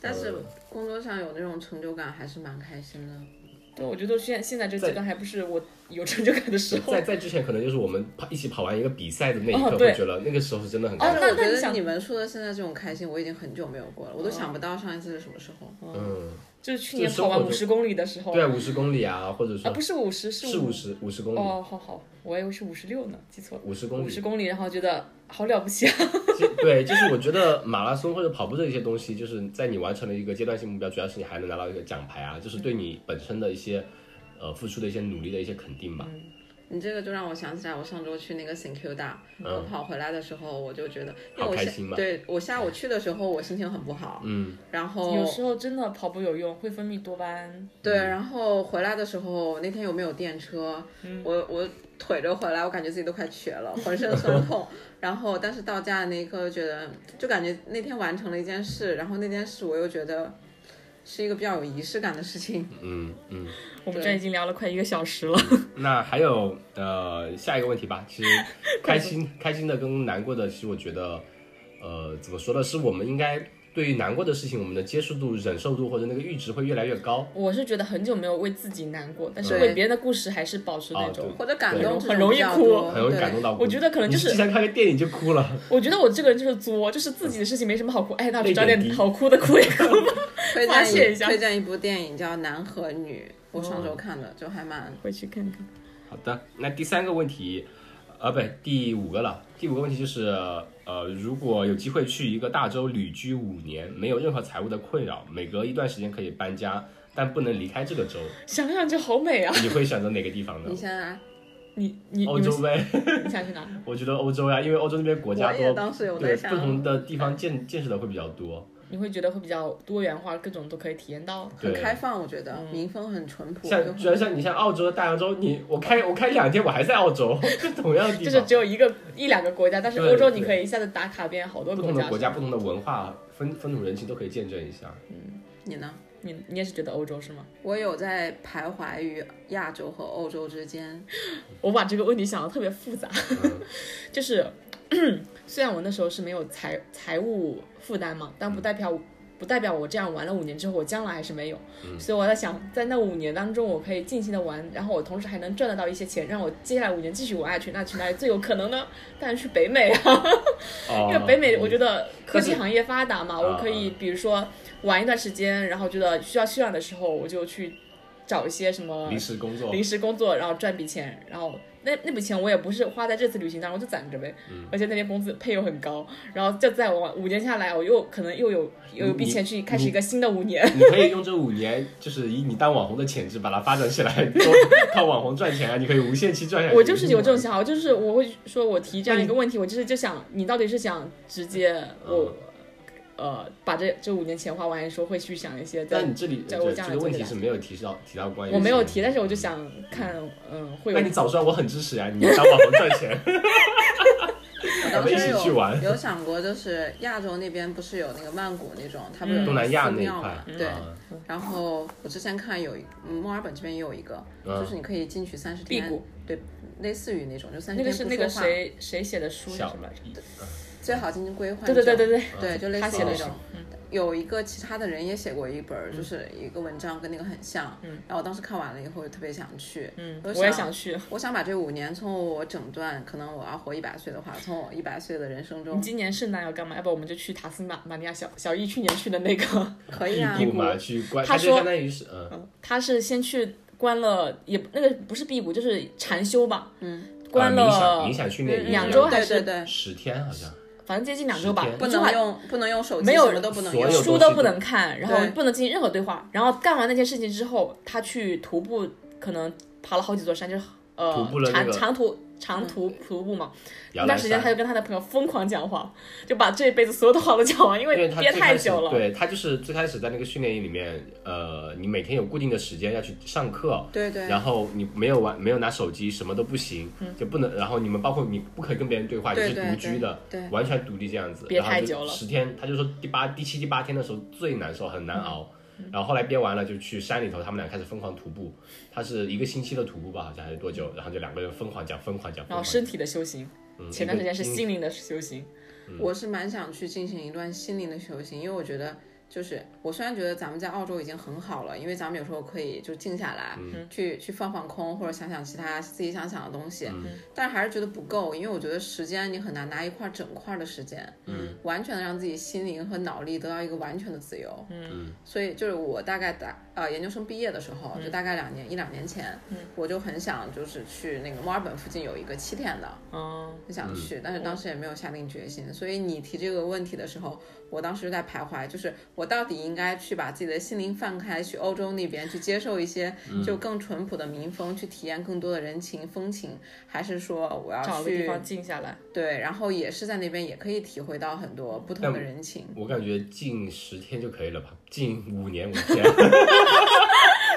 [SPEAKER 3] 但是
[SPEAKER 1] 呃
[SPEAKER 3] 工作上有那种成就感，还是蛮开心的。
[SPEAKER 2] 对，我觉得现现在这个
[SPEAKER 1] 在
[SPEAKER 2] 阶段还不是我有成就感的时候。啊
[SPEAKER 1] 在在之前可能就是我们跑一起跑完一个比赛的那一刻，
[SPEAKER 2] 哦
[SPEAKER 1] 会
[SPEAKER 2] 对
[SPEAKER 1] 觉得那个时候是真的很
[SPEAKER 2] 哦
[SPEAKER 1] 开心，
[SPEAKER 2] 那
[SPEAKER 3] 我觉
[SPEAKER 2] 你
[SPEAKER 3] 得
[SPEAKER 2] 想
[SPEAKER 3] 你们说的现在这种开心，我已经很久没有过了，我都想不到上一次是什么时候。
[SPEAKER 1] 嗯，
[SPEAKER 2] 就是去
[SPEAKER 1] 就
[SPEAKER 2] 年
[SPEAKER 1] 生
[SPEAKER 2] 跑完
[SPEAKER 1] 活中
[SPEAKER 2] 五十公里的时候，
[SPEAKER 1] 对，五十公里啊，或者
[SPEAKER 2] 啊，
[SPEAKER 1] 说
[SPEAKER 2] 不是五十，
[SPEAKER 1] 是
[SPEAKER 2] 五
[SPEAKER 1] 五。十五十公里，
[SPEAKER 2] 哦，好好，我以为是五十六呢，记错了。
[SPEAKER 1] 五十公
[SPEAKER 2] 五
[SPEAKER 1] 里
[SPEAKER 2] 十，公里，然后觉得好了不起啊！
[SPEAKER 1] 其实对，就是我觉得马拉松或者跑步这些东西，就是在你完成了一个阶段性目标，主要是你还能拿到一个奖牌啊，就是对你本身的一些呃付出的一些努力的一些肯定吧。
[SPEAKER 3] 你这个就让我想起来，我上周去那个 SQ 大，我跑回来的时候，我就觉得，因
[SPEAKER 1] 嗯
[SPEAKER 3] 为
[SPEAKER 1] 好
[SPEAKER 3] 我
[SPEAKER 1] 开
[SPEAKER 3] 下
[SPEAKER 1] 心嘛
[SPEAKER 3] 对我下午去的时候，我心情很不好，
[SPEAKER 1] 嗯，
[SPEAKER 3] 然
[SPEAKER 2] 有
[SPEAKER 3] 后
[SPEAKER 2] 时候真的跑步有用，会分泌多巴胺。
[SPEAKER 3] 对，然后回来的时候，那天又没有电车，
[SPEAKER 2] 嗯
[SPEAKER 3] 我我腿着回来，我感觉自己都快瘸了，浑身 酸痛。然后，但是到家的那一刻，觉得就感觉那天完成了一件事，然后那件事我又觉得是一个比较有仪式感的事情。
[SPEAKER 1] 嗯嗯。
[SPEAKER 2] 我们
[SPEAKER 3] 对嗯
[SPEAKER 2] 这已经聊了快一个小时了，
[SPEAKER 1] 那还有呃下一个问题吧， 其实开心开心的跟难过的，其实我觉得呃怎么说呢，是我们应该对于难过的事情，我们的接受度、忍受度或者那个阈值会越来越高。
[SPEAKER 2] 我是觉得很久没有为自己难过，但是
[SPEAKER 3] 对
[SPEAKER 2] 为别人的故事还是保持那
[SPEAKER 1] 哦
[SPEAKER 2] 种。
[SPEAKER 3] 或者感
[SPEAKER 1] 对
[SPEAKER 3] 动这种
[SPEAKER 2] 很容易
[SPEAKER 3] 比较
[SPEAKER 2] 哭
[SPEAKER 3] 多
[SPEAKER 1] 很容易
[SPEAKER 3] 对
[SPEAKER 1] 感动到哭
[SPEAKER 2] 我觉得可能就是
[SPEAKER 1] 你经常看个电影就哭了，
[SPEAKER 2] 我觉得我这个人就是作，就是自己的事情没什么好哭，哎，那我
[SPEAKER 1] 泪
[SPEAKER 2] 去找
[SPEAKER 1] 点
[SPEAKER 2] 点
[SPEAKER 1] 低
[SPEAKER 2] 好哭的哭一哭吧，
[SPEAKER 3] 推
[SPEAKER 2] 发泄
[SPEAKER 3] 荐
[SPEAKER 2] 一下嗯
[SPEAKER 3] 推荐一部电影叫《男和女》，我上周看的，就还蛮
[SPEAKER 2] 回去看看。
[SPEAKER 1] 好的，那第三个问题，呃，不，第五个了。第五个问题就是，呃，如果有机会去一个大洲旅居五年，没有任何财务的困扰，每隔一段时间可以搬 家，但不能离开这个州，
[SPEAKER 2] 想想就好美啊！
[SPEAKER 1] 你会选择哪个地方呢
[SPEAKER 3] 你？现在
[SPEAKER 2] 你你
[SPEAKER 1] 欧
[SPEAKER 2] 你
[SPEAKER 1] 洲
[SPEAKER 2] 们
[SPEAKER 1] 呗，
[SPEAKER 2] 你想去哪？
[SPEAKER 1] 我觉得欧洲呀，因为欧洲那边国家
[SPEAKER 3] 我也
[SPEAKER 1] 多，
[SPEAKER 3] 当时有在
[SPEAKER 1] 对
[SPEAKER 3] 想
[SPEAKER 1] 不，同的地方见见识的会比较多。
[SPEAKER 2] 你会觉得会比较多元化，各种都可以体验到。
[SPEAKER 3] 很
[SPEAKER 1] 对，
[SPEAKER 3] 开放，我觉得
[SPEAKER 2] 嗯
[SPEAKER 3] 民风很淳朴，就
[SPEAKER 1] 像
[SPEAKER 3] 很
[SPEAKER 1] 主要像你像澳洲的大洋洲，你我开我开两天，我还在澳洲， 就同样的地
[SPEAKER 2] 就是
[SPEAKER 1] 方，
[SPEAKER 2] 只有一个一两个国家，但是
[SPEAKER 1] 对
[SPEAKER 2] 欧洲你
[SPEAKER 1] 对
[SPEAKER 2] 可以一下子打卡遍好多
[SPEAKER 1] 不
[SPEAKER 2] 国
[SPEAKER 1] 同
[SPEAKER 2] 家。
[SPEAKER 1] 的国家、不同的文化、风风土人情都可以见证一下。
[SPEAKER 3] 你呢？
[SPEAKER 2] 你你也是觉得欧洲是吗？
[SPEAKER 3] 我有在徘徊于亚洲和欧洲之间，
[SPEAKER 2] 我把这个问题想的特别复杂，
[SPEAKER 1] 嗯
[SPEAKER 2] 就是 虽然我那时候是没有财财务负担嘛，但
[SPEAKER 1] 嗯
[SPEAKER 2] 不代表、不代表我这样玩了五年之后，我将来还是没有。
[SPEAKER 1] 嗯
[SPEAKER 2] 所以我在想，在那五年当中，我可以尽情的玩，然后我同时还能赚得到一些钱，让我接下来五年继续玩下去。那去哪里最有可能呢？当然去北美啊，
[SPEAKER 1] 哦，
[SPEAKER 2] 因为北美
[SPEAKER 1] 嗯
[SPEAKER 2] 我觉得科技
[SPEAKER 1] 但是
[SPEAKER 2] 行业发达嘛，我可以
[SPEAKER 1] 啊
[SPEAKER 2] 比如说玩一段时间，然后觉得需要休养的时候，我就去找一些什么
[SPEAKER 1] 临时工作
[SPEAKER 2] 临时工作，然后赚笔钱，然后那那笔钱我也不是花在这次旅行当中，就攒着呗。
[SPEAKER 1] 嗯
[SPEAKER 2] 而且那边工资配又很高，然后就在我五年下来，我又可能又有又有笔
[SPEAKER 1] 你
[SPEAKER 2] 钱去开始
[SPEAKER 1] 你
[SPEAKER 2] 一个新的五年。
[SPEAKER 1] 你可以用这五年，就是以你当网红的潜质把它发展起来，多靠网红赚钱啊！你可以无限期赚下去。
[SPEAKER 2] 我就是有这种想法，就是我会说，我提这样一个问题，我就是就想，你到底是想直接
[SPEAKER 1] 嗯
[SPEAKER 2] 我、呃把这这五年钱花完，还是说会去想一些在
[SPEAKER 1] 但你这里
[SPEAKER 2] 在
[SPEAKER 1] 这
[SPEAKER 2] 我
[SPEAKER 1] 这
[SPEAKER 2] 家
[SPEAKER 1] 个问题
[SPEAKER 2] 做
[SPEAKER 1] 是没有提到提到关于
[SPEAKER 2] 我没有
[SPEAKER 1] 钱
[SPEAKER 2] 提，但是我就想看，嗯，会有
[SPEAKER 1] 那你早说，我很支持呀、你当网红赚 钱，
[SPEAKER 3] 我
[SPEAKER 1] 我
[SPEAKER 3] 当
[SPEAKER 1] 们一
[SPEAKER 3] 时
[SPEAKER 1] 起去
[SPEAKER 3] 有
[SPEAKER 1] 玩
[SPEAKER 3] 有想过，就是亚洲那边不是有那个曼谷那种，它
[SPEAKER 2] 嗯
[SPEAKER 3] 不是有
[SPEAKER 1] 东南亚那一
[SPEAKER 3] 寺庙
[SPEAKER 1] 块
[SPEAKER 3] 嘛，对。
[SPEAKER 1] 啊
[SPEAKER 3] 然后我之前看有一嗯墨尔本这边也有一个，
[SPEAKER 1] 嗯
[SPEAKER 3] 就是你可以进去三十
[SPEAKER 2] 辟
[SPEAKER 3] 天
[SPEAKER 2] 谷，
[SPEAKER 3] 对，类似于那种就三
[SPEAKER 2] 那
[SPEAKER 3] 十
[SPEAKER 2] 个
[SPEAKER 3] 天
[SPEAKER 2] 是
[SPEAKER 3] 不
[SPEAKER 2] 那个
[SPEAKER 3] 说话，
[SPEAKER 2] 谁谁写的书叫
[SPEAKER 1] 小嗯
[SPEAKER 2] 什么来着？
[SPEAKER 3] 最好进行规划。
[SPEAKER 2] 对对对对对，
[SPEAKER 3] 对，就类
[SPEAKER 2] 他
[SPEAKER 3] 似于
[SPEAKER 2] 写的
[SPEAKER 3] 那
[SPEAKER 2] 是嗯
[SPEAKER 3] 种。有一个其他的人也写过一本儿，就是一个文章跟那个很像，然后我当时看完了以后就特别想去，
[SPEAKER 2] 嗯，
[SPEAKER 3] 我
[SPEAKER 2] 我也
[SPEAKER 3] 想
[SPEAKER 2] 想去。
[SPEAKER 3] 我想把这五年从我整段，可能我要活一百岁的话，从我一百岁的人生
[SPEAKER 2] 你
[SPEAKER 3] 中，
[SPEAKER 2] 今年圣诞要干嘛？要不我们就去塔斯马马尼亚小小易去年去的那个，
[SPEAKER 3] 可以啊，
[SPEAKER 1] 辟谷嘛，去关，
[SPEAKER 2] 嗯他
[SPEAKER 1] 它就
[SPEAKER 2] 说
[SPEAKER 1] 相当于是嗯，
[SPEAKER 2] 他是先去关了，也那个不是辟谷，就是禅修吧，嗯，关
[SPEAKER 1] 啊
[SPEAKER 2] 了、嗯
[SPEAKER 1] 冥想冥想训练营
[SPEAKER 2] 两周还嗯
[SPEAKER 3] 对对
[SPEAKER 2] 是
[SPEAKER 3] 对，
[SPEAKER 1] 十天好像，
[SPEAKER 2] 反正接近两周吧
[SPEAKER 1] 十，天
[SPEAKER 3] 不
[SPEAKER 2] 就
[SPEAKER 3] 能
[SPEAKER 2] 还
[SPEAKER 3] 用不能用手机，
[SPEAKER 2] 没有
[SPEAKER 3] 什么都不能
[SPEAKER 1] 所有
[SPEAKER 3] 用，
[SPEAKER 2] 书都不能看，然后
[SPEAKER 3] 对
[SPEAKER 2] 不能进行任何对话。然后干完那件事情之后，他去徒步，可能爬了好几座山，就是呃
[SPEAKER 1] 徒步了那
[SPEAKER 2] 长
[SPEAKER 1] 个
[SPEAKER 2] 长途长
[SPEAKER 3] 嗯
[SPEAKER 2] 途徒步嘛。
[SPEAKER 1] 摇
[SPEAKER 2] 那段
[SPEAKER 1] 篮
[SPEAKER 2] 时间
[SPEAKER 1] 山
[SPEAKER 2] 他就跟他的朋友疯狂讲话，就把这一辈子所有的话都讲完，因
[SPEAKER 1] 因为
[SPEAKER 2] 为
[SPEAKER 1] 他
[SPEAKER 2] 憋
[SPEAKER 1] 最
[SPEAKER 2] 太
[SPEAKER 1] 开始
[SPEAKER 2] 久了。
[SPEAKER 1] 对他就是最开始在那个训练营里面，呃，你每天有固定的时间要去上课，
[SPEAKER 3] 对对嗯
[SPEAKER 1] 然后你没有玩，没有拿手机，什么都不行，就不能。然后你们包括你不可以跟别人对话，
[SPEAKER 3] 对
[SPEAKER 1] 你是独居的，
[SPEAKER 3] 对对
[SPEAKER 1] 完全独立这样子。
[SPEAKER 2] 憋太久了
[SPEAKER 1] 十天，他就说第八、第七、第八天的时候最难受，很难熬。
[SPEAKER 3] 嗯
[SPEAKER 1] 然后后来憋完了，就去山里头，他们俩开始疯狂徒步。他是一个星期的徒步吧，好像还是多
[SPEAKER 3] 嗯
[SPEAKER 1] 久？然后就两个人疯狂讲，疯狂
[SPEAKER 3] 哦
[SPEAKER 1] 讲，疯
[SPEAKER 2] 然
[SPEAKER 1] 狂
[SPEAKER 2] 后身体的修行，
[SPEAKER 1] 嗯
[SPEAKER 2] 前段时间是
[SPEAKER 1] 一个
[SPEAKER 2] 心灵的修行，
[SPEAKER 3] 我是蛮想去进行一段心灵的修行，因为我觉得就是我虽然觉得咱们在澳洲已经很好了，因为咱们有时候可以就静下来，去去放放空或者想想其他自己想想的东西，但是还是觉得不够，因为我觉得时间你很难拿一块整块的时间，嗯，完全的让自己心灵和脑力得到一个完全的自由，嗯，所以就是我大概大呃研究生毕业的时候，就大概两年一两年前，我就很想就是去那个墨尔本附近有一个七天的，
[SPEAKER 2] 嗯，
[SPEAKER 3] 很想去，但是当时也没有下定决心。所以你提这个问题的时候，我当时就在徘徊，就是我到底应该去把自己的心灵放开，去欧洲那边去接受一些
[SPEAKER 1] 嗯
[SPEAKER 3] 就更淳朴的民风，去体验更多的人情风情，还是说我
[SPEAKER 2] 找
[SPEAKER 3] 要
[SPEAKER 2] 个地
[SPEAKER 3] 去
[SPEAKER 2] 方静下来。
[SPEAKER 3] 对，然后也是在那边也可以体会到很多不同的人情。
[SPEAKER 1] 我感觉近十天就可以了吧，近五年五 天，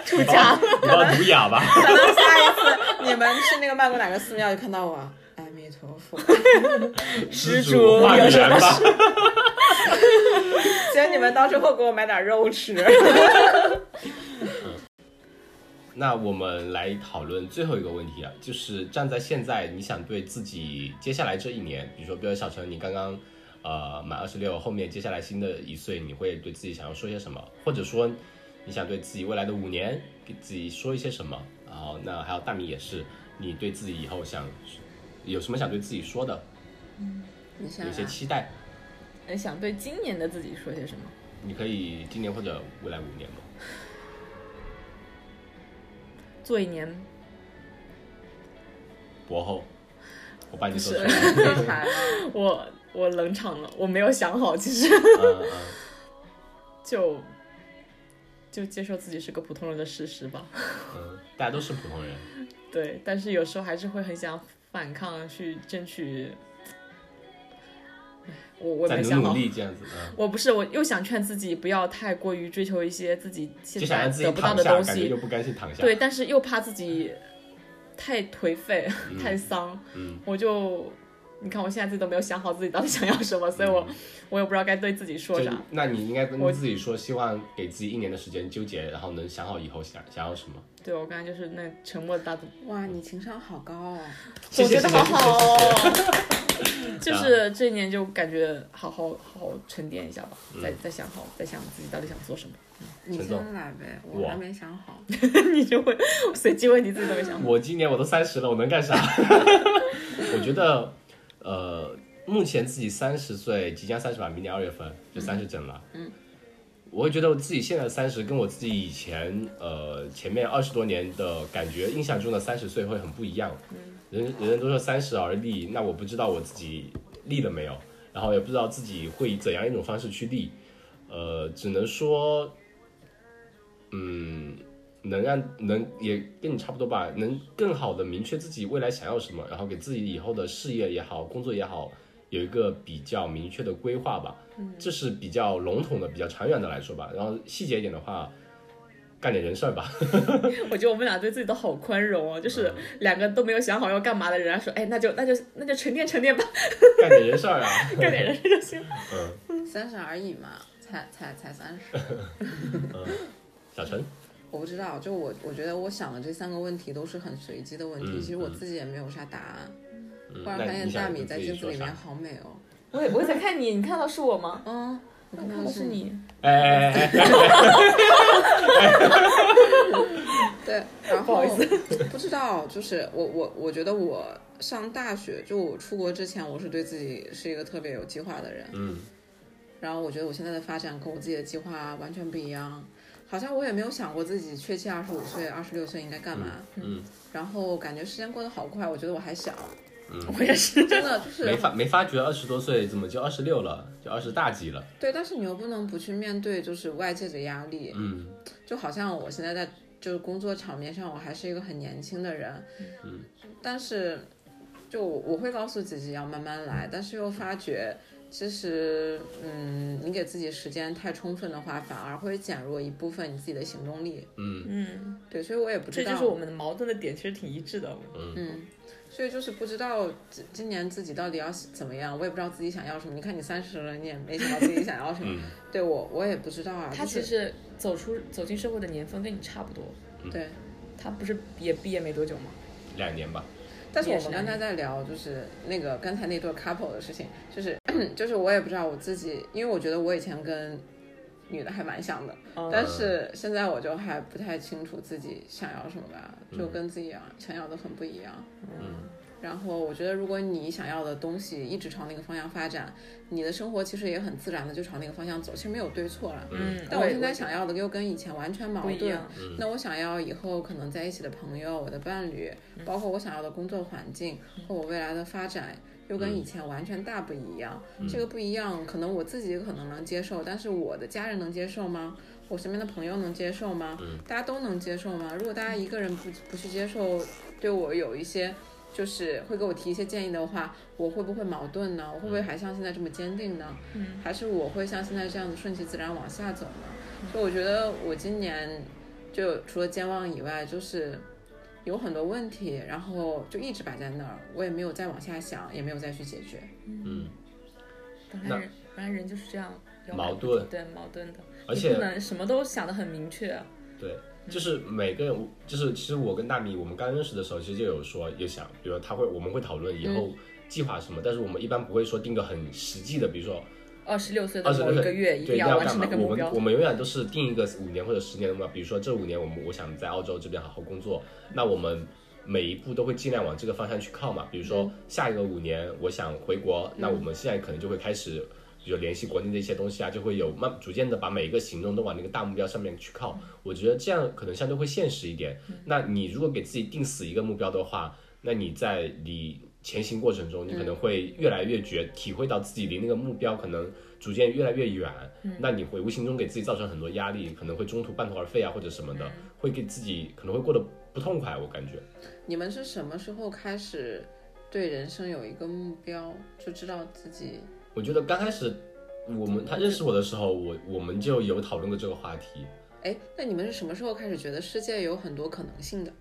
[SPEAKER 2] 出家，
[SPEAKER 1] 你要毒哑 吧？
[SPEAKER 3] 可能下一次你们去那个曼谷哪个寺庙就看到我，阿弥陀佛。
[SPEAKER 1] 施
[SPEAKER 2] 主
[SPEAKER 1] 主化
[SPEAKER 2] 有什
[SPEAKER 1] 缘
[SPEAKER 2] 么
[SPEAKER 1] 吧。
[SPEAKER 3] 希望你们到时候给我买点肉吃。
[SPEAKER 1] 那我们来讨论最后一个问题啊，就是站在现在，你想对自己接下来这一年，比如说，比如小陈，你刚刚呃满二十六，后面接下来新的一岁，你会对自己想要说些什么，或者说你想对自己未来的五年给自己说一些什么？然后，那还有大米也是，你对自己以后想有什么想对自己说的，
[SPEAKER 3] 你想
[SPEAKER 1] 有一些
[SPEAKER 3] 想，
[SPEAKER 1] 期待，
[SPEAKER 2] 哎想对今年的自己说些什么？
[SPEAKER 1] 你可以今年或者未来五年嘛。
[SPEAKER 2] 做一年
[SPEAKER 1] 博后，我把你说出
[SPEAKER 2] 不
[SPEAKER 1] 来。
[SPEAKER 3] 最惨了。
[SPEAKER 2] 我我冷场了，我没有想好，其实
[SPEAKER 1] 嗯嗯。
[SPEAKER 2] 就就接受自己是个普通人的事实吧。
[SPEAKER 1] 呃 嗯，大家都是普通人，
[SPEAKER 2] 对，但是有时候还是会很想反抗，去争取。 唉我我也
[SPEAKER 1] 在
[SPEAKER 2] 没
[SPEAKER 1] 努
[SPEAKER 2] 想
[SPEAKER 1] 努
[SPEAKER 2] 好，
[SPEAKER 1] 力这样子啊，
[SPEAKER 2] 我不是，我又想劝自己不要太过于追求一些自己现
[SPEAKER 1] 就想
[SPEAKER 2] 在
[SPEAKER 1] 让自
[SPEAKER 2] 得
[SPEAKER 1] 己
[SPEAKER 2] 不到
[SPEAKER 1] 躺
[SPEAKER 2] 的
[SPEAKER 1] 下，
[SPEAKER 2] 东
[SPEAKER 1] 感觉
[SPEAKER 2] 西，
[SPEAKER 1] 又不甘心躺下。
[SPEAKER 2] 对，但是又怕自己太颓废、
[SPEAKER 1] 嗯，
[SPEAKER 2] 太丧，
[SPEAKER 1] 嗯，
[SPEAKER 2] 我就你看我现在自己都没有想好自己到底想要什么，所以我、我也不知道该对自己
[SPEAKER 1] 嗯
[SPEAKER 2] 说
[SPEAKER 1] 就
[SPEAKER 2] 啥。
[SPEAKER 1] 那你应该跟
[SPEAKER 2] 我
[SPEAKER 1] 自己说，希望给自己一年的时间纠结，然后能想好以后想想要什么。
[SPEAKER 2] 对我刚才就是那沉默的大肚
[SPEAKER 3] 哇，你情商好高哦！
[SPEAKER 1] 谢
[SPEAKER 2] 我
[SPEAKER 1] 谢
[SPEAKER 2] 觉得
[SPEAKER 1] 谢谢
[SPEAKER 2] 好好 哦。 就是这一年就感觉好好好好沉淀一下吧，
[SPEAKER 1] 嗯
[SPEAKER 2] 再再想好，再想自己到底想做什么，
[SPEAKER 3] 你
[SPEAKER 1] 陈
[SPEAKER 3] 先
[SPEAKER 1] 总
[SPEAKER 3] 来呗，
[SPEAKER 1] 我
[SPEAKER 3] 我还没想好。
[SPEAKER 2] 你就会随机问题自己都没想好。
[SPEAKER 1] 我今年我都三十了，我能干啥？ 我觉得，呃，目前自己三十岁，即将三十吧，明年二月份就三十整了。嗯，我会觉得我自己现在三十跟我自己以前呃前面二十多年的感觉印象中的三十岁会很不一样。人人人都说三十而立，那我不知道我自己立了没有，然后也不知道自己会以怎样一种方式去立，呃，只能说，嗯，能让能也跟你差不多吧，能更好的明确自己未来想要什么，然后给自己以后的事业也好，工作也好，有一个比较明确的规划吧。
[SPEAKER 3] 嗯
[SPEAKER 1] 这是比较笼统的、比较长远的来说吧。然后细节一点的话，干点人事儿吧。
[SPEAKER 2] 我觉得我们俩对自己都好宽容哦，
[SPEAKER 1] 嗯
[SPEAKER 2] 就是两个都没有想好要干嘛的人，然后说，哎，那就那就那就沉淀沉淀吧，
[SPEAKER 1] 干点人事儿啊！
[SPEAKER 2] 干 点人事就行。
[SPEAKER 1] 嗯，
[SPEAKER 3] 三十而已嘛，才才才三十。
[SPEAKER 1] 小陈，
[SPEAKER 3] 我不知道，就我我觉得我想的这三个问题都是很随机的问题，
[SPEAKER 1] 嗯
[SPEAKER 3] 其实我自己也没有啥答案。
[SPEAKER 1] 嗯
[SPEAKER 3] 忽然
[SPEAKER 1] 那
[SPEAKER 3] 发
[SPEAKER 1] 你
[SPEAKER 3] 现
[SPEAKER 1] 想
[SPEAKER 3] 大
[SPEAKER 1] 跟
[SPEAKER 3] 米在
[SPEAKER 1] 自己
[SPEAKER 3] 镜子
[SPEAKER 1] 说
[SPEAKER 3] 里
[SPEAKER 1] 啥
[SPEAKER 3] 面好美哦。
[SPEAKER 2] 我也我也在看你，你看到是我吗？
[SPEAKER 3] 嗯，
[SPEAKER 2] 我
[SPEAKER 3] 我看
[SPEAKER 2] 看
[SPEAKER 3] 到
[SPEAKER 2] 到是
[SPEAKER 3] 是你。
[SPEAKER 2] 你，
[SPEAKER 1] 哎哎哎哎，
[SPEAKER 3] 对，然
[SPEAKER 2] 不
[SPEAKER 3] 后
[SPEAKER 2] 好意思
[SPEAKER 4] 哦
[SPEAKER 3] 不知道，就是我我我觉得我上大学就我出国之前，我是对自己是一个特别有计划的人。
[SPEAKER 1] 嗯，
[SPEAKER 3] 然后我觉得我现在的发展跟我自己的计划完全不一样，好像我也没有想过自己确切二十五岁、二十六岁应该干 嘛。
[SPEAKER 1] 嗯，
[SPEAKER 3] 然后感觉时间过得好快，我觉得我还小，
[SPEAKER 1] 嗯
[SPEAKER 2] 我也是。
[SPEAKER 3] 真的就是
[SPEAKER 1] 没发没发觉二十多岁怎么就二十六了，就二十大几了。
[SPEAKER 3] 对，但是你又不能不去面对就是外界的压力，
[SPEAKER 1] 嗯
[SPEAKER 3] 就好像我现在在就是工作场面上，我还是一个很年轻的人，
[SPEAKER 1] 嗯，
[SPEAKER 3] 但是就我我会告诉自己要慢慢来，但是又发觉其实嗯，你给自己时间太充分的话，反而会减弱一部分你自己的行动力，
[SPEAKER 1] 嗯
[SPEAKER 2] 嗯，
[SPEAKER 3] 对，所以我也不知
[SPEAKER 2] 这
[SPEAKER 3] 道，
[SPEAKER 2] 就是我们的矛盾的点，其实挺一致的。
[SPEAKER 1] 嗯，
[SPEAKER 3] 嗯。所以就是不知道今今年自己到底要怎么样，我也不知道自己想要什么。你看你三十了，你也没想到自己想要什么。
[SPEAKER 1] 嗯
[SPEAKER 3] 对我，我也不知道啊。
[SPEAKER 4] 他
[SPEAKER 3] 就是
[SPEAKER 4] 其实走出走进社会的年份跟你差不多，
[SPEAKER 1] 嗯
[SPEAKER 3] 对，
[SPEAKER 4] 他不是也毕业没多久吗？
[SPEAKER 1] 两年吧。
[SPEAKER 3] 但是我
[SPEAKER 4] 也是
[SPEAKER 3] 们刚才在聊，就是那个刚才那对 couple 的事情，就是 就是我也不知道我自己，因为我觉得我以前跟女的还蛮像的，但是现在我就还不太清楚自己想要什么吧，就跟自己啊想要的很不一样。
[SPEAKER 1] 嗯
[SPEAKER 3] 然后我觉得，如果你想要的东西一直朝那个方向发展，你的生活其实也很自然的就朝那个方向走，其实没有对错了。
[SPEAKER 1] 嗯
[SPEAKER 3] 但我现在
[SPEAKER 4] 也
[SPEAKER 3] 想要的又跟以前完全矛
[SPEAKER 4] 不一
[SPEAKER 3] 盾
[SPEAKER 4] 样，，
[SPEAKER 3] 那我想要以后可能在一起的朋友、我的伴侣，包括我想要的工作环境和我未来的发展，又跟以前完全大不一样。这个不一样，可能我自己可能能接受，但是我的家人能接受吗？我身边的朋友能接受吗？大家都能接受吗？如果大家一个人不不去接受，对我有一些。就是会给我提一些建议的话，我会不会矛盾呢？我会不会还像现在这么坚定呢？
[SPEAKER 4] 嗯
[SPEAKER 3] 还是我会像现在这样子顺其自然往下走呢？所以我觉得我今年就除了健忘以外，就是有很多问题，然后就一直摆在那儿，我也没有再往下想，也没有再去解决。
[SPEAKER 1] 嗯，
[SPEAKER 4] 本来人本来人就是这样摇摆
[SPEAKER 1] 矛
[SPEAKER 4] 不
[SPEAKER 1] 盾
[SPEAKER 4] 定对矛盾的，
[SPEAKER 1] 而
[SPEAKER 4] 你
[SPEAKER 1] 且
[SPEAKER 4] 不能什么都想得很明确，
[SPEAKER 1] 对，就是每个人，就是其实我跟大米，我们刚认识的时候，其实就有说也想，比如他会，我们会讨论以后计划什么，但是我们一般不会说定个很实际的，比如说
[SPEAKER 4] 二十六岁的
[SPEAKER 1] 二十
[SPEAKER 4] 某一个月
[SPEAKER 1] 对
[SPEAKER 4] 一定
[SPEAKER 1] 要
[SPEAKER 4] 完
[SPEAKER 1] 干
[SPEAKER 4] 成
[SPEAKER 1] 嘛
[SPEAKER 4] 那个？目
[SPEAKER 1] 我们
[SPEAKER 4] 标
[SPEAKER 1] 我。们永远都是定一个五年或者十年的目标，比如说这五年我们我想在澳洲这边好好工作，那我们。每一步都会尽量往这个方向去靠嘛，比
[SPEAKER 4] 嗯
[SPEAKER 1] 如说下一个五年我想回国，那我们现在可能就会开始，比如联系国内的一些东西啊，就会有慢逐渐的把每一个行动都往那个大目标上面去
[SPEAKER 4] 嗯
[SPEAKER 1] 靠。我觉得这样可能相对会现实一点。那你如果给自己定死一个目标的话，那你在
[SPEAKER 4] 嗯
[SPEAKER 1] 你前行过程中，你可能会越来越觉体会到自己离那个目标可能逐渐越来越远，
[SPEAKER 2] 嗯
[SPEAKER 1] 那你会无形中给自己造成很多压力，可能会中途半途而废啊，或者什么
[SPEAKER 2] 嗯
[SPEAKER 1] 的，会给自己可能会过得不痛快。我感觉
[SPEAKER 3] 你们是什么时候开始对人生有一个目标，就知道自己
[SPEAKER 1] 我觉得刚开始我们他认识我的时候，我我们就有讨论过这个话题。
[SPEAKER 3] 哎？那你们是什么时候开始觉得世界有很多可能性的？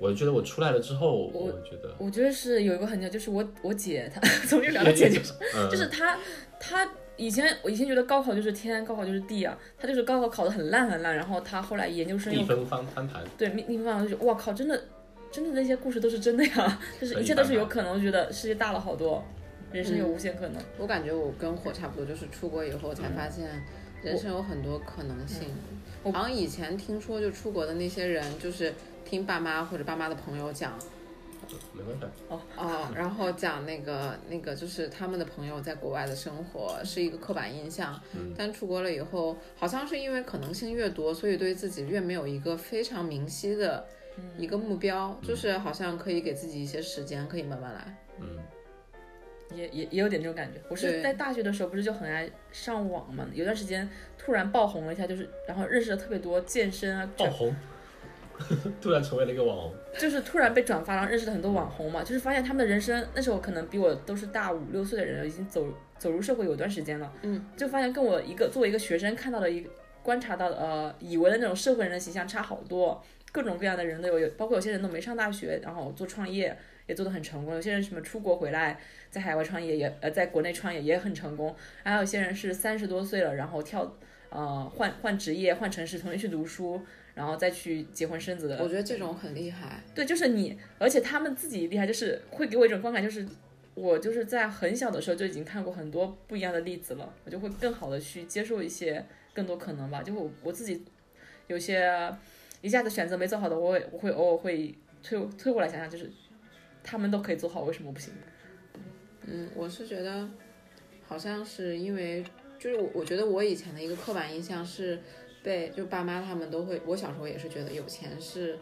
[SPEAKER 1] 我觉得我出来了之后，我觉得
[SPEAKER 2] 我觉得是有一个很久，就是我我姐她 从这聊到姐就是
[SPEAKER 1] 嗯
[SPEAKER 2] 就是她她以前我以前觉得高考就是天，高考就是地啊，她就是高考考得很烂很烂，然后她后来研究生
[SPEAKER 1] 嗯
[SPEAKER 2] 又
[SPEAKER 1] 地分翻翻盘，
[SPEAKER 2] 对，密密方就是哇靠，真的，真的那些故事都是真的 呀，就是一切都是
[SPEAKER 1] 啊
[SPEAKER 2] 有可能，我觉得世界大了好多，人生有无限可
[SPEAKER 1] 嗯
[SPEAKER 2] 能。
[SPEAKER 3] 我感觉我跟火差不多，就是出国以后才发现人生有很多可能性。
[SPEAKER 2] 我
[SPEAKER 3] 好像以前听说，就出国的那些人，就是听爸妈或者爸妈的朋友讲，
[SPEAKER 1] 没办法，
[SPEAKER 3] 哦，然后讲那个那个，就是他们的朋友在国外的生活是一个刻板印象，但出国了以后，好像是因为可能性越多，所以对自己越没有一个非常明晰的一个目标，就是好像可以给自己一些时间，可以慢慢来。
[SPEAKER 1] 嗯，
[SPEAKER 2] 也也也有点这种感觉。我是
[SPEAKER 3] 对
[SPEAKER 2] 在大学的时候不是就很爱上网嘛，有段时间突然爆红了一下，就是然后认识了特别多健身啊，
[SPEAKER 1] 爆
[SPEAKER 2] 转
[SPEAKER 1] 红， 突然成为了一个网红，
[SPEAKER 2] 就是突然被转发，然后认识了很多网红嘛，就是发现他们的人生那时候可能比我都是大五六岁的人，已经走走入社会有段时间了，
[SPEAKER 3] 嗯，
[SPEAKER 2] 就发现跟我一个作为一个学生看到的一个观察到的呃以为的那种社会人的形象差好多，各种各样的人都有，有包括有些人都没上大学，然后做创业也做得很成功，有些人什么出国回来在海外创业也呃在国内创业也很成功，还有些人是三十多岁了然后跳呃换换职业换城市重新去读书。然后再去结婚生子的，
[SPEAKER 3] 我觉得这种很厉害，
[SPEAKER 2] 对，就是你，而且他们自己厉害，就是会给我一种观感，就是我就是在很小的时候就已经看过很多不一样的例子了，我就会更好的去接受一些更多可能吧。就我我自己有些一下子选择没做好的，我会我会偶尔会退退过来想想，就是他们都可以做好，为什么不行？
[SPEAKER 3] 嗯，我是觉得好像是因为，就是我我觉得我以前的一个刻板印象是被就爸妈他们都会，我小时候也是觉得有钱是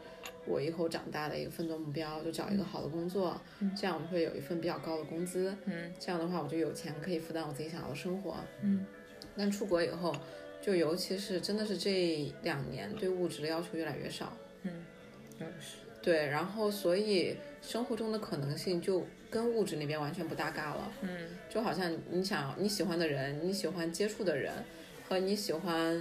[SPEAKER 3] 我以后长大的一个奋斗目标，就找一个好的工作，这样我会有一份比较高的工资，
[SPEAKER 2] 嗯，
[SPEAKER 3] 这样的话我就有钱可以负担我自己想要的生活，
[SPEAKER 2] 嗯。
[SPEAKER 3] 但出国以后，就尤其是真的是这两年对物质的要求越来越少，对，然后所以生活中的可能性就跟物质那边完全不搭嘎了。嗯，就好像你想你喜欢的人，你喜欢接触的人，和你喜欢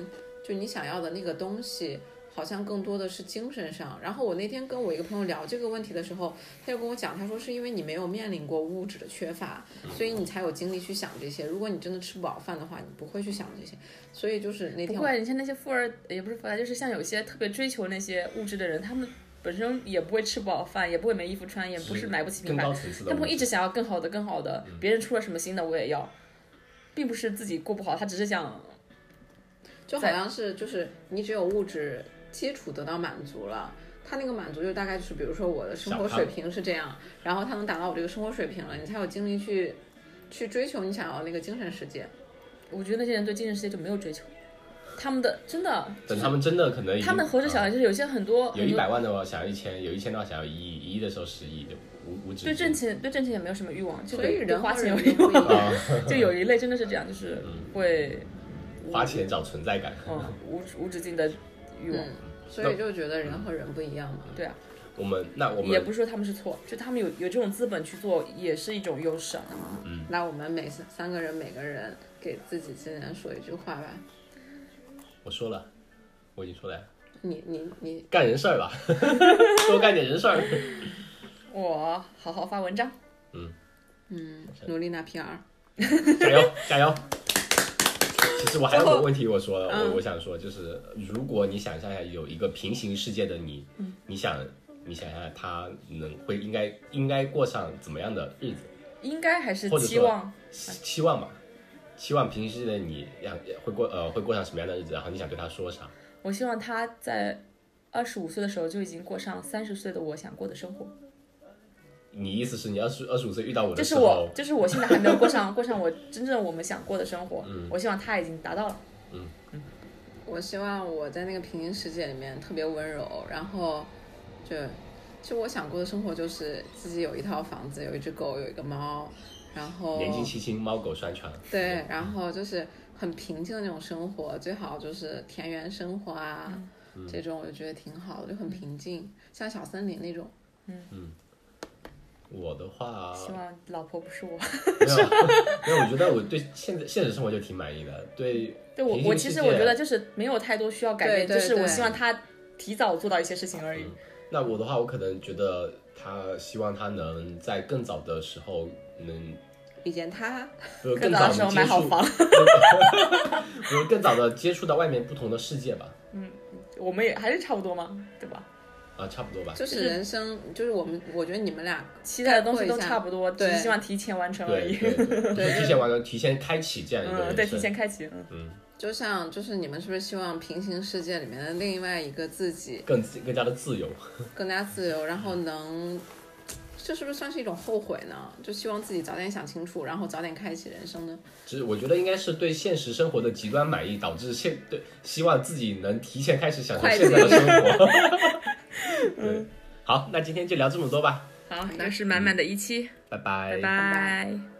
[SPEAKER 3] 就你想要的那个东西，好像更多的是精神上。然后我那天跟我一个朋友聊这个问题的时候，他就跟我讲，他说是因为你没有面临过物质的缺乏，所以你才有精力去想这些。如果你真的吃不饱饭的话，你不会去想这些。所以就是那
[SPEAKER 2] 不
[SPEAKER 3] 天我
[SPEAKER 2] 会，你像那些富二也不是富二代，就是像有些特别追求那些物质的人，他们本身也不会吃不饱饭，也不会没衣服穿，也不是买不起名
[SPEAKER 1] 更
[SPEAKER 2] 牌
[SPEAKER 1] 高，层次的
[SPEAKER 2] 他
[SPEAKER 1] 物质，
[SPEAKER 2] 们会一直想要更好的、更好的，
[SPEAKER 1] 嗯
[SPEAKER 2] 别人出了什么新的我也要，并不是自己过不好，他只是想，
[SPEAKER 3] 就好
[SPEAKER 2] 在
[SPEAKER 3] 像是就是你只有物质基础得到满足了，他那个满足就大概就是，比如说我的生活
[SPEAKER 1] 小康
[SPEAKER 3] 水平是这样，然后他能达到我这个生活水平了，你才有精力去去追求你想要的那个精神世界。
[SPEAKER 2] 我觉得那些人对精神世界就没有追求，他们的真的，
[SPEAKER 1] 等他们真的可能已经
[SPEAKER 2] 他们合着想来就是有些很多
[SPEAKER 1] 啊有
[SPEAKER 2] 很
[SPEAKER 1] 一
[SPEAKER 2] 多
[SPEAKER 1] 百万的话想要一千，有一千的话想要一亿，一亿的时候十亿，就无无止
[SPEAKER 2] 对
[SPEAKER 1] 境
[SPEAKER 2] 挣钱对挣钱也没有什么欲望，就
[SPEAKER 3] 所以
[SPEAKER 2] 对
[SPEAKER 3] 人
[SPEAKER 2] 花
[SPEAKER 3] 和
[SPEAKER 2] 钱
[SPEAKER 3] 人
[SPEAKER 2] 有
[SPEAKER 3] 就
[SPEAKER 2] 欲
[SPEAKER 3] 不一
[SPEAKER 2] 望，
[SPEAKER 3] 样。
[SPEAKER 2] 就有一类真的是这样，就是会
[SPEAKER 1] 嗯花钱找存在感。
[SPEAKER 2] 嗯无无止境的欲望
[SPEAKER 3] 嗯，所以就觉得人和人不一样嘛。
[SPEAKER 2] 对啊，
[SPEAKER 1] 我们那我
[SPEAKER 2] 也
[SPEAKER 1] 们
[SPEAKER 2] 不是说他们是错，就他们有有这种资本去做也是一种优势啊。
[SPEAKER 3] 那我们每次三个人每个人给自己今年说一句话吧。
[SPEAKER 1] 我说了，我已经说了呀，
[SPEAKER 3] 你你你，
[SPEAKER 1] 干人事儿吧， 多干点人事儿。
[SPEAKER 2] 我好好发文章，
[SPEAKER 3] 嗯，努力拿 PR。
[SPEAKER 1] 加油加油！其实我还有
[SPEAKER 2] 最
[SPEAKER 1] 个
[SPEAKER 2] 后
[SPEAKER 1] 问题，我说了，
[SPEAKER 3] 嗯
[SPEAKER 1] 我我想说，就是如果你想象一下有一个平行世界的你，
[SPEAKER 2] 嗯
[SPEAKER 1] 你想你想象他能会应该应该过上怎么样的日子？
[SPEAKER 2] 应该还是
[SPEAKER 1] 或者
[SPEAKER 2] 期
[SPEAKER 1] 说
[SPEAKER 2] 望
[SPEAKER 1] 期期望吧，期望平行世界的你让会过呃会过上什么样的日子？然后你想对他说啥？
[SPEAKER 2] 我希望他在二十五岁的时候就已经过上三十岁的我想过的生活。
[SPEAKER 1] 你意思是你二十二十五岁遇到我
[SPEAKER 2] 就
[SPEAKER 1] 的时
[SPEAKER 2] 是
[SPEAKER 1] 候，
[SPEAKER 2] 我，就是我现在还没有过上过上我真正我们想过的生活。
[SPEAKER 1] 嗯
[SPEAKER 2] 我希望他已经达到了。
[SPEAKER 3] 我希望我在那个平行世界里面特别温柔，然后就就我想过的生活就是自己有一套房子，有一只狗，有一个猫，然
[SPEAKER 2] 哦
[SPEAKER 3] 后
[SPEAKER 1] 年近七轻，猫狗双全。
[SPEAKER 3] 对，然后就是很平静的那种生活，最好就是田园生活啊，
[SPEAKER 1] 嗯
[SPEAKER 3] 这种我觉得挺好的，就很平静，像小森林那种。
[SPEAKER 1] 我的 话，
[SPEAKER 2] 希望老婆不是我。
[SPEAKER 1] 没有，啊没有，我觉得我对现在现实生活就挺满意的。对，
[SPEAKER 2] 对我
[SPEAKER 1] 平，行
[SPEAKER 2] 我其
[SPEAKER 1] 世
[SPEAKER 2] 实我
[SPEAKER 1] 界
[SPEAKER 2] 觉得就是没有太多需要改变，
[SPEAKER 3] 对对
[SPEAKER 2] 就是我
[SPEAKER 3] 对
[SPEAKER 2] 希望他提早做到一些事情而
[SPEAKER 1] 嗯
[SPEAKER 2] 已。
[SPEAKER 1] 那我的话，我可能觉得他希望他能在更早的时候能，
[SPEAKER 3] 以前他
[SPEAKER 1] 不是
[SPEAKER 2] 更
[SPEAKER 1] 早
[SPEAKER 2] 的时候
[SPEAKER 1] 接
[SPEAKER 2] 买好
[SPEAKER 1] 触，
[SPEAKER 2] 房，
[SPEAKER 1] 比如更早的接触到外面不同的世界吧。
[SPEAKER 2] 我们也还是差不多嘛，对吧？
[SPEAKER 1] 啊，差不多吧。
[SPEAKER 3] 就是人生，就是我们，我觉得你们俩
[SPEAKER 2] 期待的东西都差不多，
[SPEAKER 3] 概括一
[SPEAKER 2] 只
[SPEAKER 3] 下
[SPEAKER 2] 是希望提前完成而
[SPEAKER 1] 对
[SPEAKER 2] 已。
[SPEAKER 1] 对对，就是提前完了，提前开启这样一个
[SPEAKER 2] 嗯，
[SPEAKER 1] 人
[SPEAKER 2] 对，
[SPEAKER 1] 生
[SPEAKER 2] 提。前开启，嗯，
[SPEAKER 3] 就像就是你们是不是希望平行世界里面的另外一个自己
[SPEAKER 1] 更自更加的自由，
[SPEAKER 3] 更加自由，然后能，这是不是算是一种后悔呢？就希望自己早点想清楚，然后早点开启人生呢？
[SPEAKER 1] 只是我觉得应该是对现实生活的极端满意，导致现对希望自己能提前开始享受
[SPEAKER 3] 快
[SPEAKER 1] 现在的生活。 对，好，那今天就聊这么多吧，
[SPEAKER 2] 好，那是满满的一期，
[SPEAKER 1] 拜拜，
[SPEAKER 2] 拜。